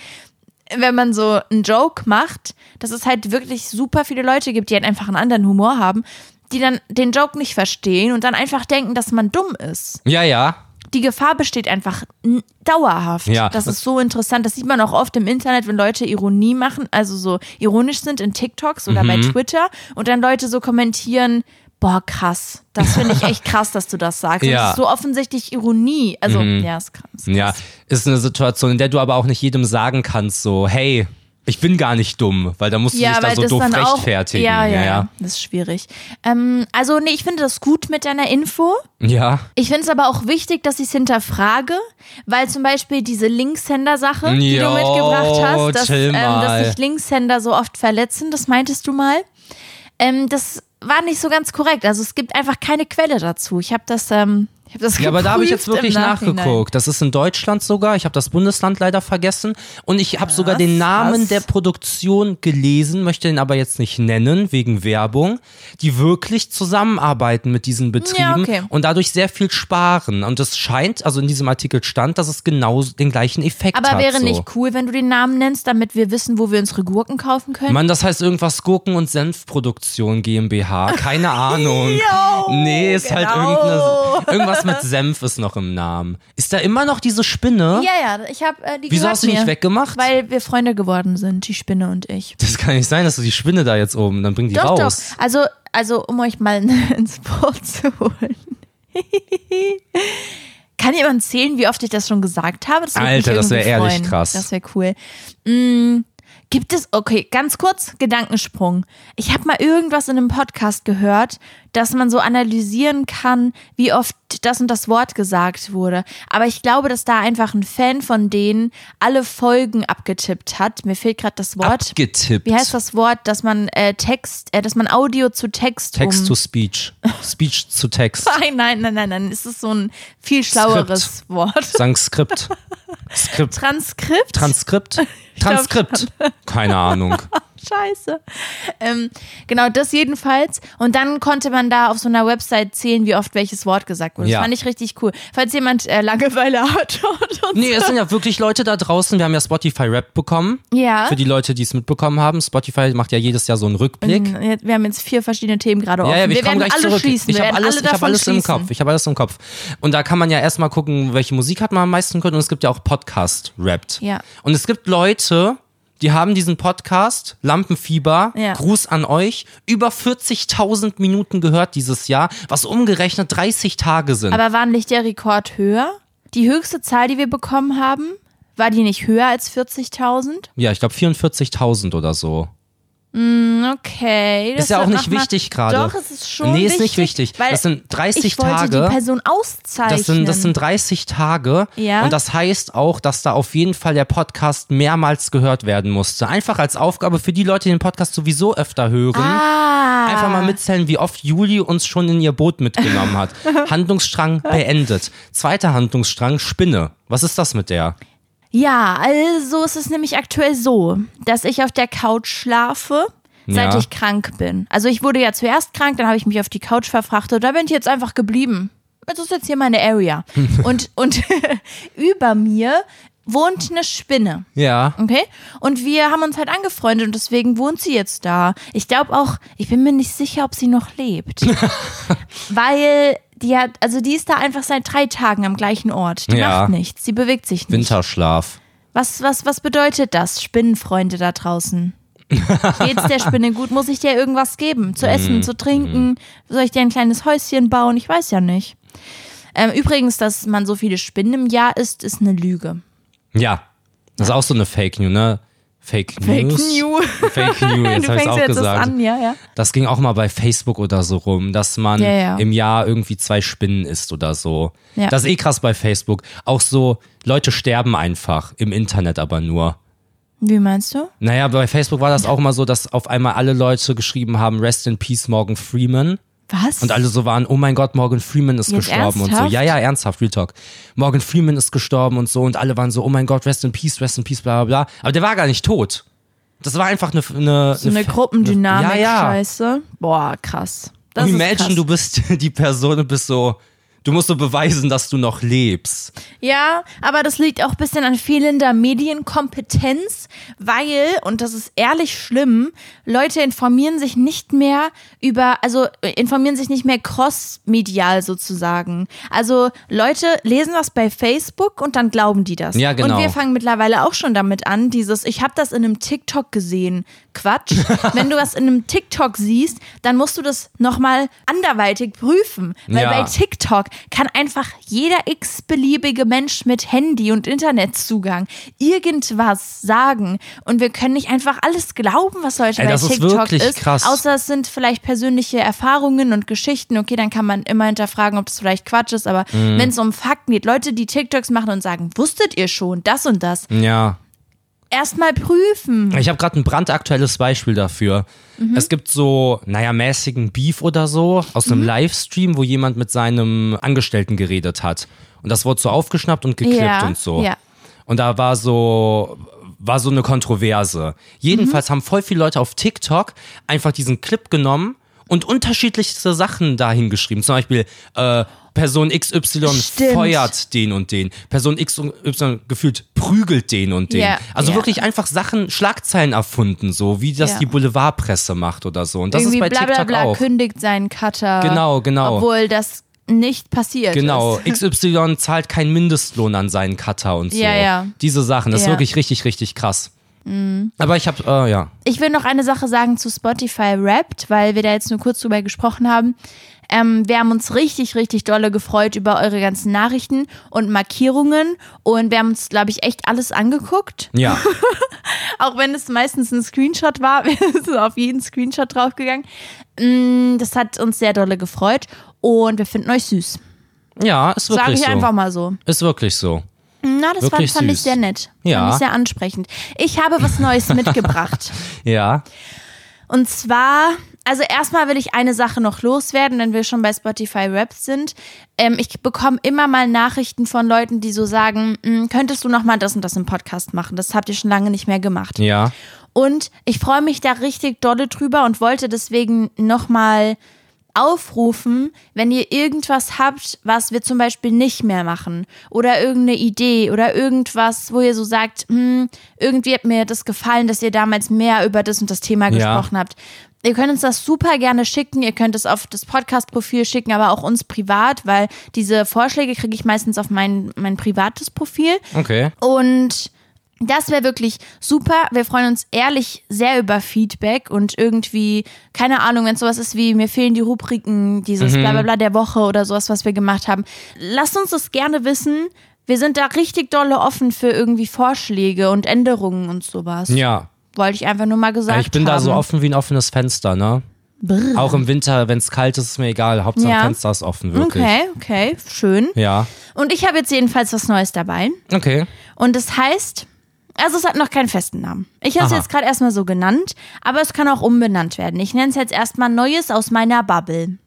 Speaker 2: wenn man so einen Joke macht, dass es halt wirklich super viele Leute gibt, die halt einfach einen anderen Humor haben, die dann den Joke nicht verstehen und dann einfach denken, dass man dumm ist.
Speaker 1: Ja, ja.
Speaker 2: Die Gefahr besteht einfach n- dauerhaft.
Speaker 1: Ja.
Speaker 2: Das ist so interessant. Das sieht man auch oft im Internet, wenn Leute Ironie machen, also so ironisch sind in TikToks oder bei
Speaker 1: Mhm.
Speaker 2: Twitter und dann Leute so kommentieren, boah, krass. Das finde ich echt krass, dass du das sagst. Und
Speaker 1: Ja. Mhm.
Speaker 2: Das ist so offensichtlich Ironie. Also, ja, ist krass.
Speaker 1: Ja, ist eine Situation, in der du aber auch nicht jedem sagen kannst, so, hey, ich bin gar nicht dumm, weil da musst du dich da so doof rechtfertigen.
Speaker 2: ja, ja, ja, das ist schwierig. Ähm, also, nee, ich finde das gut mit deiner Info.
Speaker 1: ja. ja.
Speaker 2: Ich finde es aber auch wichtig, dass ich es hinterfrage, weil zum Beispiel diese Linkshänder-Sache, die du
Speaker 1: Jo,
Speaker 2: mitgebracht hast, dass,
Speaker 1: chill
Speaker 2: ähm,
Speaker 1: mal.
Speaker 2: dass sich Linkshänder so oft verletzen, das meintest du mal, ähm, das war nicht so ganz korrekt. Also es gibt einfach keine Quelle dazu. Ich habe das, ähm, ich habe das
Speaker 1: Ja, aber da habe ich
Speaker 2: geprüft
Speaker 1: jetzt wirklich
Speaker 2: im Nachhinein.
Speaker 1: nachgeguckt. Das ist in Deutschland sogar. Ich habe das Bundesland leider vergessen. Und ich habe sogar den Namen
Speaker 2: krass.
Speaker 1: der Produktion gelesen, möchte ihn aber jetzt nicht nennen, wegen Werbung, die wirklich zusammenarbeiten mit diesen Betrieben
Speaker 2: Ja, okay.
Speaker 1: und dadurch sehr viel sparen. Und es scheint, also in diesem Artikel stand, dass es genau den gleichen Effekt hat.
Speaker 2: Aber wäre
Speaker 1: so.
Speaker 2: nicht cool, wenn du den Namen nennst, damit wir wissen, wo wir unsere Gurken kaufen können.
Speaker 1: Mann, das heißt irgendwas Gurken- und Senfproduktion GmbH. Keine Ahnung. nee, ist halt
Speaker 2: genau.
Speaker 1: irgendeine, irgendwas mit Senf ist noch im Namen. Ist da immer noch diese Spinne?
Speaker 2: ja, ja, ich habe äh, die
Speaker 1: ne? Wieso
Speaker 2: gehört
Speaker 1: hast du die
Speaker 2: mir,
Speaker 1: nicht weggemacht?
Speaker 2: Weil wir Freunde geworden sind, die Spinne und ich.
Speaker 1: Das kann nicht sein, dass du die Spinne da jetzt oben, dann bring die
Speaker 2: Doch,
Speaker 1: raus.
Speaker 2: doch. Also, also, um euch mal ins Boot zu holen. Kann jemand zählen, wie oft ich das schon gesagt habe? Das würde mich
Speaker 1: Alter, das wär
Speaker 2: irgendwie
Speaker 1: ehrlich
Speaker 2: freuen.
Speaker 1: krass.
Speaker 2: Das wäre cool. Mm, gibt es, okay, ganz kurz, Gedankensprung. Ich habe mal irgendwas in einem Podcast gehört, dass man so analysieren kann, wie oft das und das Wort gesagt wurde. Aber ich glaube, dass da einfach ein Fan von denen alle Folgen abgetippt hat. Mir fehlt gerade das Wort.
Speaker 1: Abgetippt.
Speaker 2: Wie heißt das Wort, dass man äh, Text, äh, dass man Audio zu Text,
Speaker 1: Text
Speaker 2: um
Speaker 1: to Speech. Speech zu Text.
Speaker 2: Nein, nein, nein, nein, nein. Es ist so ein viel schlaueres Wort.
Speaker 1: Sanskript. Skript.
Speaker 2: Transkript?
Speaker 1: Transkript? Transkript. Keine Ahnung.
Speaker 2: Scheiße. Ähm, genau, das jedenfalls. Und dann konnte man da auf so einer Website zählen, wie oft welches Wort gesagt wurde.
Speaker 1: Ja.
Speaker 2: Das fand ich richtig cool. Falls jemand äh, Langeweile hat und, und
Speaker 1: Nee, es sind ja wirklich Leute da draußen. Wir haben ja Spotify Rap bekommen.
Speaker 2: Ja.
Speaker 1: Für die Leute, die es mitbekommen haben. Spotify macht ja jedes Jahr so einen Rückblick.
Speaker 2: wir haben jetzt vier verschiedene Themen gerade offen.
Speaker 1: Ja, ja,
Speaker 2: Mhm. wir
Speaker 1: ich komme
Speaker 2: werden
Speaker 1: gleich
Speaker 2: alle
Speaker 1: zurück.
Speaker 2: schließen.
Speaker 1: ich
Speaker 2: wir
Speaker 1: habe
Speaker 2: werden
Speaker 1: alles,
Speaker 2: alle
Speaker 1: ich hab
Speaker 2: davon
Speaker 1: alles im
Speaker 2: schließen.
Speaker 1: Kopf. Ich habe alles im Kopf. Und da kann man ja erstmal gucken, welche Musik hat man am meisten gehört. Und es gibt ja auch Podcast-Rapped.
Speaker 2: Ja.
Speaker 1: Und es gibt Leute, Die haben diesen Podcast, Lampenfieber,
Speaker 2: Ja.
Speaker 1: Gruß an euch, über 40.000 Minuten gehört dieses Jahr, was umgerechnet 30 Tage sind.
Speaker 2: Aber war nicht der Rekord höher? Die höchste Zahl, die wir bekommen haben, war die nicht höher als 40.000?
Speaker 1: ja, ich glaube 44.000 oder so.
Speaker 2: Okay. das
Speaker 1: Ist ja auch
Speaker 2: wird
Speaker 1: nicht
Speaker 2: noch mal-
Speaker 1: wichtig gerade.
Speaker 2: Doch, es ist schon
Speaker 1: Nee,
Speaker 2: wichtig.
Speaker 1: ist nicht wichtig.
Speaker 2: Weil
Speaker 1: Das sind 30
Speaker 2: ich wollte
Speaker 1: Tage.
Speaker 2: die Person auszeichnen.
Speaker 1: Das sind, das sind 30 Tage.
Speaker 2: Ja.
Speaker 1: Und das heißt auch, dass da auf jeden Fall der Podcast mehrmals gehört werden musste. Einfach als Aufgabe für die Leute, die den Podcast sowieso öfter hören.
Speaker 2: ah.
Speaker 1: Einfach mal mitzählen, wie oft Juli uns schon in ihr Boot mitgenommen hat. Handlungsstrang beendet. Zweiter Handlungsstrang, Spinne. Was ist das mit der?
Speaker 2: Ja, also es ist nämlich aktuell so, dass ich auf der Couch schlafe, seit
Speaker 1: Ja.
Speaker 2: ich krank bin. Also ich wurde ja zuerst krank, dann habe ich mich auf die Couch verfrachtet, da bin ich jetzt einfach geblieben. Das ist jetzt hier meine Area. Und, und über mir wohnt eine Spinne.
Speaker 1: Ja.
Speaker 2: Okay? Und wir haben uns halt angefreundet und deswegen wohnt sie jetzt da. Ich glaube auch, ich bin mir nicht sicher, ob sie noch lebt. Weil die hat, also die ist da einfach seit drei Tagen am gleichen Ort. Die
Speaker 1: Ja.
Speaker 2: macht nichts, sie bewegt sich nicht.
Speaker 1: Winterschlaf.
Speaker 2: Was, was, was bedeutet das, Spinnenfreunde da draußen? Geht's der Spinne gut? Muss ich dir irgendwas geben?
Speaker 1: Mhm.
Speaker 2: Zu essen, zu trinken? Soll ich dir ein kleines Häuschen bauen? Ich weiß ja nicht. Ähm, übrigens, dass man so viele Spinnen im Jahr isst, ist eine Lüge.
Speaker 1: Ja. Das ist auch so eine Fake News, ne? Fake News.
Speaker 2: New.
Speaker 1: Fake News,
Speaker 2: du
Speaker 1: jetzt habe ich
Speaker 2: fängst
Speaker 1: auch
Speaker 2: jetzt
Speaker 1: gesagt.
Speaker 2: das an, ja, ja.
Speaker 1: Das ging auch mal bei Facebook oder so rum, dass man
Speaker 2: Ja, ja.
Speaker 1: im Jahr irgendwie zwei Spinnen isst oder so.
Speaker 2: Ja.
Speaker 1: Das ist eh krass bei Facebook. Auch so, Leute sterben einfach im Internet aber nur.
Speaker 2: Wie meinst du?
Speaker 1: Naja, bei Facebook war das auch mal so, dass auf einmal alle Leute geschrieben haben, Rest in Peace Morgan Freeman.
Speaker 2: Was?
Speaker 1: Und alle so waren, oh mein Gott, Morgan Freeman ist
Speaker 2: Jetzt
Speaker 1: gestorben und
Speaker 2: ernsthaft?
Speaker 1: so. Ja, ja, ernsthaft, Real Talk. Morgan Freeman ist gestorben und so. Und alle waren so, oh mein Gott, Rest in Peace, Rest in Peace, bla bla bla. Aber der war gar nicht tot. Das war einfach eine... eine
Speaker 2: so eine Gruppendynamik,
Speaker 1: Ja, ja.
Speaker 2: scheiße. Boah, krass. Das
Speaker 1: Und
Speaker 2: ist
Speaker 1: imagine,
Speaker 2: krass.
Speaker 1: du bist die Person und bist so, du musst so beweisen, dass du noch lebst.
Speaker 2: Ja, aber das liegt auch ein bisschen an fehlender Medienkompetenz, weil, und das ist ehrlich schlimm, Leute informieren sich nicht mehr über, also äh, informieren sich nicht mehr crossmedial sozusagen. Also Leute lesen was bei Facebook und dann glauben die das.
Speaker 1: Ja, genau.
Speaker 2: Und wir fangen mittlerweile auch schon damit an, dieses, ich habe das in einem TikTok gesehen. Quatsch. Wenn du was in einem TikTok siehst, dann musst du das nochmal anderweitig prüfen. Weil
Speaker 1: Ja.
Speaker 2: bei TikTok kann einfach jeder x-beliebige Mensch mit Handy und Internetzugang irgendwas sagen. Und wir können nicht einfach alles glauben, was heute
Speaker 1: Ey,
Speaker 2: bei
Speaker 1: das ist
Speaker 2: TikTok
Speaker 1: wirklich
Speaker 2: ist.
Speaker 1: krass.
Speaker 2: Außer es sind vielleicht persönliche Erfahrungen und Geschichten. Okay, dann kann man immer hinterfragen, ob das vielleicht Quatsch ist. Aber
Speaker 1: Mhm.
Speaker 2: wenn es um Fakten geht, Leute, die TikToks machen und sagen, wusstet ihr schon das und das,
Speaker 1: Ja.
Speaker 2: erstmal prüfen.
Speaker 1: Ich habe gerade ein brandaktuelles Beispiel dafür.
Speaker 2: Mhm.
Speaker 1: Es gibt so, naja, mäßigen Beef oder so aus
Speaker 2: Mhm.
Speaker 1: einem Livestream, wo jemand mit seinem Angestellten geredet hat. Und das wurde so aufgeschnappt und geklippt
Speaker 2: Ja,
Speaker 1: und so.
Speaker 2: ja.
Speaker 1: Und da war so war so eine Kontroverse.
Speaker 2: Mhm.
Speaker 1: Jedenfalls haben voll viele Leute auf TikTok einfach diesen Clip genommen und unterschiedlichste Sachen dahin geschrieben. Zum Beispiel äh, Person XY
Speaker 2: Stimmt.
Speaker 1: feuert den und den. Person XY gefühlt prügelt den und den.
Speaker 2: Ja,
Speaker 1: also
Speaker 2: ja.
Speaker 1: wirklich einfach Sachen, Schlagzeilen erfunden, so wie das
Speaker 2: Ja.
Speaker 1: die Boulevardpresse macht oder so. Und das
Speaker 2: Irgendwie
Speaker 1: ist bei
Speaker 2: bla
Speaker 1: TikTok
Speaker 2: bla bla
Speaker 1: auch.
Speaker 2: kündigt seinen Cutter.
Speaker 1: Genau, genau.
Speaker 2: Obwohl das nicht passiert
Speaker 1: Genau,
Speaker 2: ist.
Speaker 1: XY zahlt keinen Mindestlohn an seinen Cutter und so.
Speaker 2: Ja, ja.
Speaker 1: Diese Sachen, das ist
Speaker 2: Ja. Mhm.
Speaker 1: wirklich richtig, richtig krass. Aber ich habe, äh, ja.
Speaker 2: Ich will noch eine Sache sagen zu Spotify Wrapped, weil wir da jetzt nur kurz drüber gesprochen haben. Ähm, wir haben uns richtig, richtig dolle gefreut über eure ganzen Nachrichten und Markierungen und wir haben uns, glaube ich, echt alles angeguckt.
Speaker 1: Ja,
Speaker 2: Auch wenn es meistens ein Screenshot war, wir sind auf jeden Screenshot draufgegangen. Mm, Das hat uns sehr dolle gefreut und wir finden euch süß.
Speaker 1: ja, ist
Speaker 2: Sage
Speaker 1: wirklich
Speaker 2: ich
Speaker 1: so.
Speaker 2: einfach mal so.
Speaker 1: Ist wirklich so.
Speaker 2: Na, das war,
Speaker 1: Wirklich
Speaker 2: fand ich
Speaker 1: süß.
Speaker 2: sehr nett.
Speaker 1: Ja.
Speaker 2: Fand ich sehr ansprechend. Ich habe was Neues mitgebracht.
Speaker 1: Ja,
Speaker 2: Und zwar, also erstmal will ich eine Sache noch loswerden, wenn wir schon bei Spotify Raps sind. Ähm, ich bekomme immer mal Nachrichten von Leuten, die so sagen, "Mm, könntest du noch mal das und das im Podcast machen? Das habt ihr schon lange nicht mehr gemacht.
Speaker 1: ja.
Speaker 2: Und ich freue mich da richtig dolle drüber und wollte deswegen nochmal aufrufen, wenn ihr irgendwas habt, was wir zum Beispiel nicht mehr machen oder irgendeine Idee oder irgendwas, wo ihr so sagt, hm, irgendwie hat mir das gefallen, dass ihr damals mehr über das und das Thema
Speaker 1: Ja.
Speaker 2: gesprochen habt. Ihr könnt uns das super gerne schicken. Ihr könnt es auf das Podcast-Profil schicken, aber auch uns privat, weil diese Vorschläge kriege ich meistens auf mein, mein privates Profil.
Speaker 1: Okay.
Speaker 2: Und Das wäre wirklich super. Wir freuen uns ehrlich sehr über Feedback und irgendwie, keine Ahnung, wenn sowas ist wie, mir fehlen die Rubriken, dieses
Speaker 1: Mhm.
Speaker 2: Blablabla der Woche oder sowas, was wir gemacht haben. Lasst uns das gerne wissen. Wir sind da richtig dolle offen für irgendwie Vorschläge und Änderungen und sowas.
Speaker 1: Ja.
Speaker 2: Wollte ich einfach nur mal gesagt haben.
Speaker 1: Ich bin da so offen wie ein offenes Fenster, ne?
Speaker 2: Brr.
Speaker 1: Auch im Winter, wenn es kalt ist, ist mir egal. Hauptsache
Speaker 2: Ja.
Speaker 1: Fenster ist offen, wirklich.
Speaker 2: Okay, okay, schön.
Speaker 1: Ja.
Speaker 2: Und ich habe jetzt jedenfalls was Neues dabei.
Speaker 1: Okay.
Speaker 2: Und es heißt, also es hat noch keinen festen Namen. Ich habe es
Speaker 1: Aha.
Speaker 2: jetzt gerade erstmal so genannt, aber es kann auch umbenannt werden. Ich nenne es jetzt erstmal Neues aus meiner Bubble.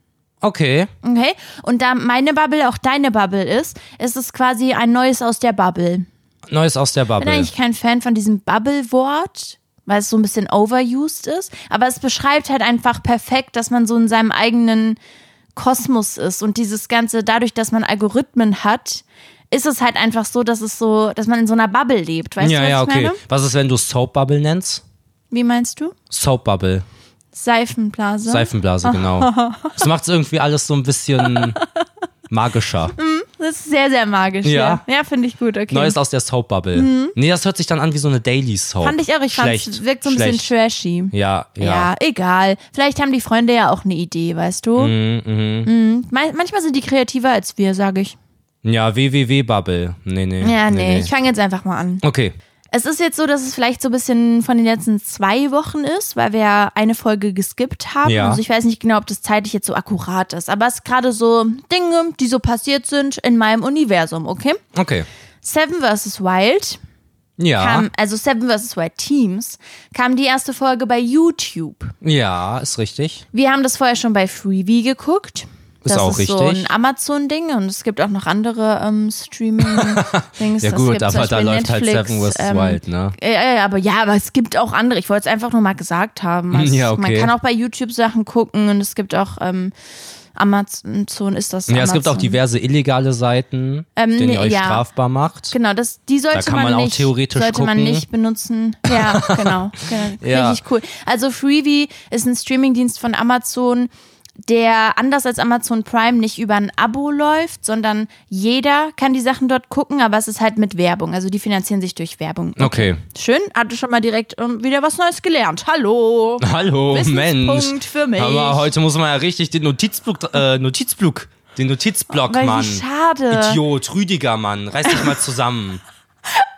Speaker 1: Okay.
Speaker 2: Okay? Und da meine Bubble auch deine Bubble ist, ist es quasi ein Neues aus der Bubble.
Speaker 1: Neues aus der
Speaker 2: Ich bin
Speaker 1: Bubble.
Speaker 2: eigentlich kein Fan von diesem Bubble-Wort, weil es so ein bisschen overused ist. Aber es beschreibt halt einfach perfekt, dass man so in seinem eigenen Kosmos ist. Und dieses Ganze, dadurch, dass man Algorithmen hat, ist es halt einfach so, dass es so, dass man in so einer Bubble lebt. Weißt du,
Speaker 1: Ja,
Speaker 2: was
Speaker 1: ja,
Speaker 2: ich
Speaker 1: okay.
Speaker 2: meine?
Speaker 1: Was ist, wenn du Soap Bubble nennst?
Speaker 2: Wie meinst du?
Speaker 1: Soap Bubble.
Speaker 2: Seifenblase.
Speaker 1: Seifenblase, genau. Das macht irgendwie alles so ein bisschen magischer.
Speaker 2: das ist sehr, sehr magisch.
Speaker 1: Ja.
Speaker 2: Ja, ja finde ich gut, okay.
Speaker 1: Neues aus der Soap Bubble. Nee, das hört sich dann an wie so eine Daily Soap.
Speaker 2: Mhm. Fand ich auch, ich fand es
Speaker 1: Schlecht,
Speaker 2: wirkt so ein
Speaker 1: schlecht.
Speaker 2: bisschen trashy.
Speaker 1: Ja, ja.
Speaker 2: Ja. egal. Vielleicht haben die Freunde ja auch eine Idee, weißt du? Mhm. Man- Manchmal sind die kreativer als wir, sage ich.
Speaker 1: Ja, WWW-Bubble. Nee, nee.
Speaker 2: Ja, nee, ich fange jetzt einfach mal an.
Speaker 1: Okay.
Speaker 2: Es ist jetzt so, dass es vielleicht so ein bisschen von den letzten zwei Wochen ist, weil wir ja eine Folge geskippt haben.
Speaker 1: Ja.
Speaker 2: Also ich weiß nicht genau, ob das zeitlich jetzt so akkurat ist, aber es ist gerade so Dinge, die so passiert sind in meinem Universum, okay?
Speaker 1: Okay.
Speaker 2: Seven vs. Wild
Speaker 1: Ja.
Speaker 2: kam, also Seven vs. Wild Teams, kam die erste Folge bei YouTube.
Speaker 1: Ja, ist richtig.
Speaker 2: Wir haben das vorher schon bei Freebie geguckt.
Speaker 1: Ist
Speaker 2: das
Speaker 1: auch
Speaker 2: ist so
Speaker 1: richtig.
Speaker 2: ein Amazon-Ding und es gibt auch noch andere ähm, Streaming-Dings.
Speaker 1: Ja
Speaker 2: Das
Speaker 1: gut,
Speaker 2: gibt's zum
Speaker 1: aber da
Speaker 2: Beispiel
Speaker 1: läuft halt
Speaker 2: Netflix,
Speaker 1: Seven West
Speaker 2: ähm,
Speaker 1: Wild, ne?
Speaker 2: Äh, äh, aber ja, aber es gibt auch andere. Ich wollte es einfach nur mal gesagt haben. Also,
Speaker 1: Ja, okay.
Speaker 2: Man kann auch bei YouTube Sachen gucken und es gibt auch ähm, Amazon ist das.
Speaker 1: Ja, es gibt auch
Speaker 2: Amazon.
Speaker 1: diverse illegale Seiten,
Speaker 2: Ähm,
Speaker 1: denen
Speaker 2: nee,
Speaker 1: ihr euch
Speaker 2: ja.
Speaker 1: strafbar macht.
Speaker 2: Genau, das, die sollte
Speaker 1: Da kann man auch
Speaker 2: nicht,
Speaker 1: theoretisch
Speaker 2: sollte man
Speaker 1: gucken.
Speaker 2: nicht benutzen. Ja, genau. genau.
Speaker 1: Ja.
Speaker 2: Richtig cool. Also Freevee ist ein Streamingdienst von Amazon, der anders als Amazon Prime nicht über ein Abo läuft, sondern jeder kann die Sachen dort gucken, aber es ist halt mit Werbung. Also die finanzieren sich durch Werbung.
Speaker 1: Okay.
Speaker 2: Schön, hatte schon mal direkt ähm, wieder was Neues gelernt. Hallo.
Speaker 1: Hallo, Mensch.
Speaker 2: Wissenspunkt für mich.
Speaker 1: Aber heute muss man ja richtig den Notizblock, äh, Notizblock, den Notizblock,
Speaker 2: Weil wie
Speaker 1: Mann.
Speaker 2: schade.
Speaker 1: Idiot, Rüdiger, Mann. Reiß dich mal zusammen.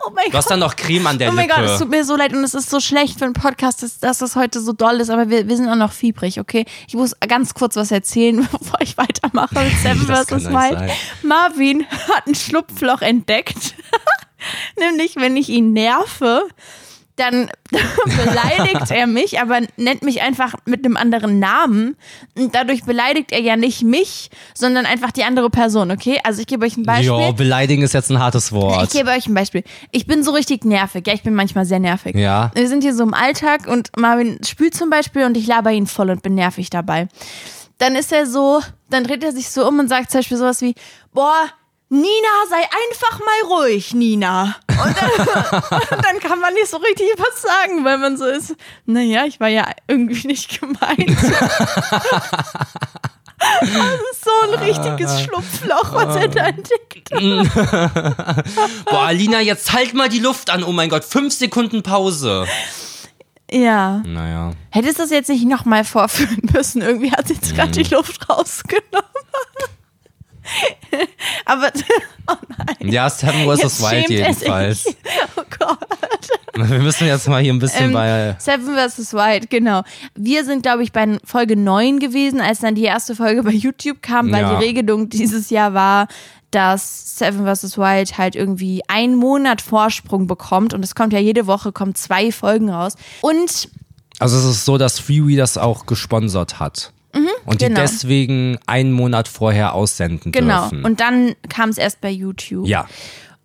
Speaker 2: Oh mein
Speaker 1: Du hast dann noch Creme an der
Speaker 2: Oh mein
Speaker 1: Lippe.
Speaker 2: Gott, es tut mir so leid und es ist so schlecht für einen Podcast, dass, dass das heute so doll ist, aber wir, wir sind auch noch fiebrig, okay? Ich muss ganz kurz was erzählen, bevor ich weitermache mit Seven
Speaker 1: Das kann
Speaker 2: vs.
Speaker 1: doch nicht
Speaker 2: Wild.
Speaker 1: sein.
Speaker 2: Marvin hat ein Schlupfloch entdeckt. Nämlich, wenn ich ihn nerve, dann beleidigt er mich, aber nennt mich einfach mit einem anderen Namen. Und dadurch beleidigt er ja nicht mich, sondern einfach die andere Person, okay? Also ich gebe euch ein Beispiel.
Speaker 1: Jo, beleidigen ist jetzt ein hartes
Speaker 2: Ich
Speaker 1: Wort.
Speaker 2: gebe euch ein Beispiel. Ich bin so richtig nervig. Ja, ich bin manchmal sehr nervig.
Speaker 1: Ja.
Speaker 2: Wir sind hier so im Alltag und Marvin spült zum Beispiel und ich laber ihn voll und bin nervig dabei. Dann ist er so, dann dreht er sich so um und sagt zum Beispiel sowas wie, boah, Nina, sei einfach mal ruhig, Nina. Und dann, und dann kann man nicht so richtig was sagen, weil man so ist, naja, ich war ja irgendwie nicht gemeint. das ist so ein richtiges Schlupfloch, was er da entdeckt hat.
Speaker 1: Boah, Alina, jetzt halt mal die Luft an. Oh mein Gott, fünf Sekunden Pause.
Speaker 2: Ja.
Speaker 1: Naja.
Speaker 2: Hättest du das jetzt nicht nochmal vorführen müssen? Irgendwie hat sie jetzt
Speaker 1: Mhm.
Speaker 2: gerade die Luft rausgenommen. Aber
Speaker 1: Ja, Seven vs.
Speaker 2: jetzt
Speaker 1: Wild
Speaker 2: schämt er sich.
Speaker 1: jedenfalls.
Speaker 2: Oh Gott.
Speaker 1: Wir müssen jetzt mal hier ein bisschen
Speaker 2: Ähm.
Speaker 1: bei.
Speaker 2: Seven vs. Wild, genau. Wir sind, glaube ich, bei Folge 9 gewesen, als dann die erste Folge bei YouTube kam, weil
Speaker 1: Ja.
Speaker 2: die Regelung dieses Jahr war, dass Seven vs. Wild halt irgendwie einen Monat Vorsprung bekommt und es kommt ja jede Woche, kommen zwei Folgen raus. Und
Speaker 1: Also es ist so, dass Freewee das auch gesponsert hat. Und die
Speaker 2: genau.
Speaker 1: deswegen einen Monat vorher aussenden
Speaker 2: genau,
Speaker 1: dürfen.
Speaker 2: und dann kam es erst bei YouTube.
Speaker 1: ja.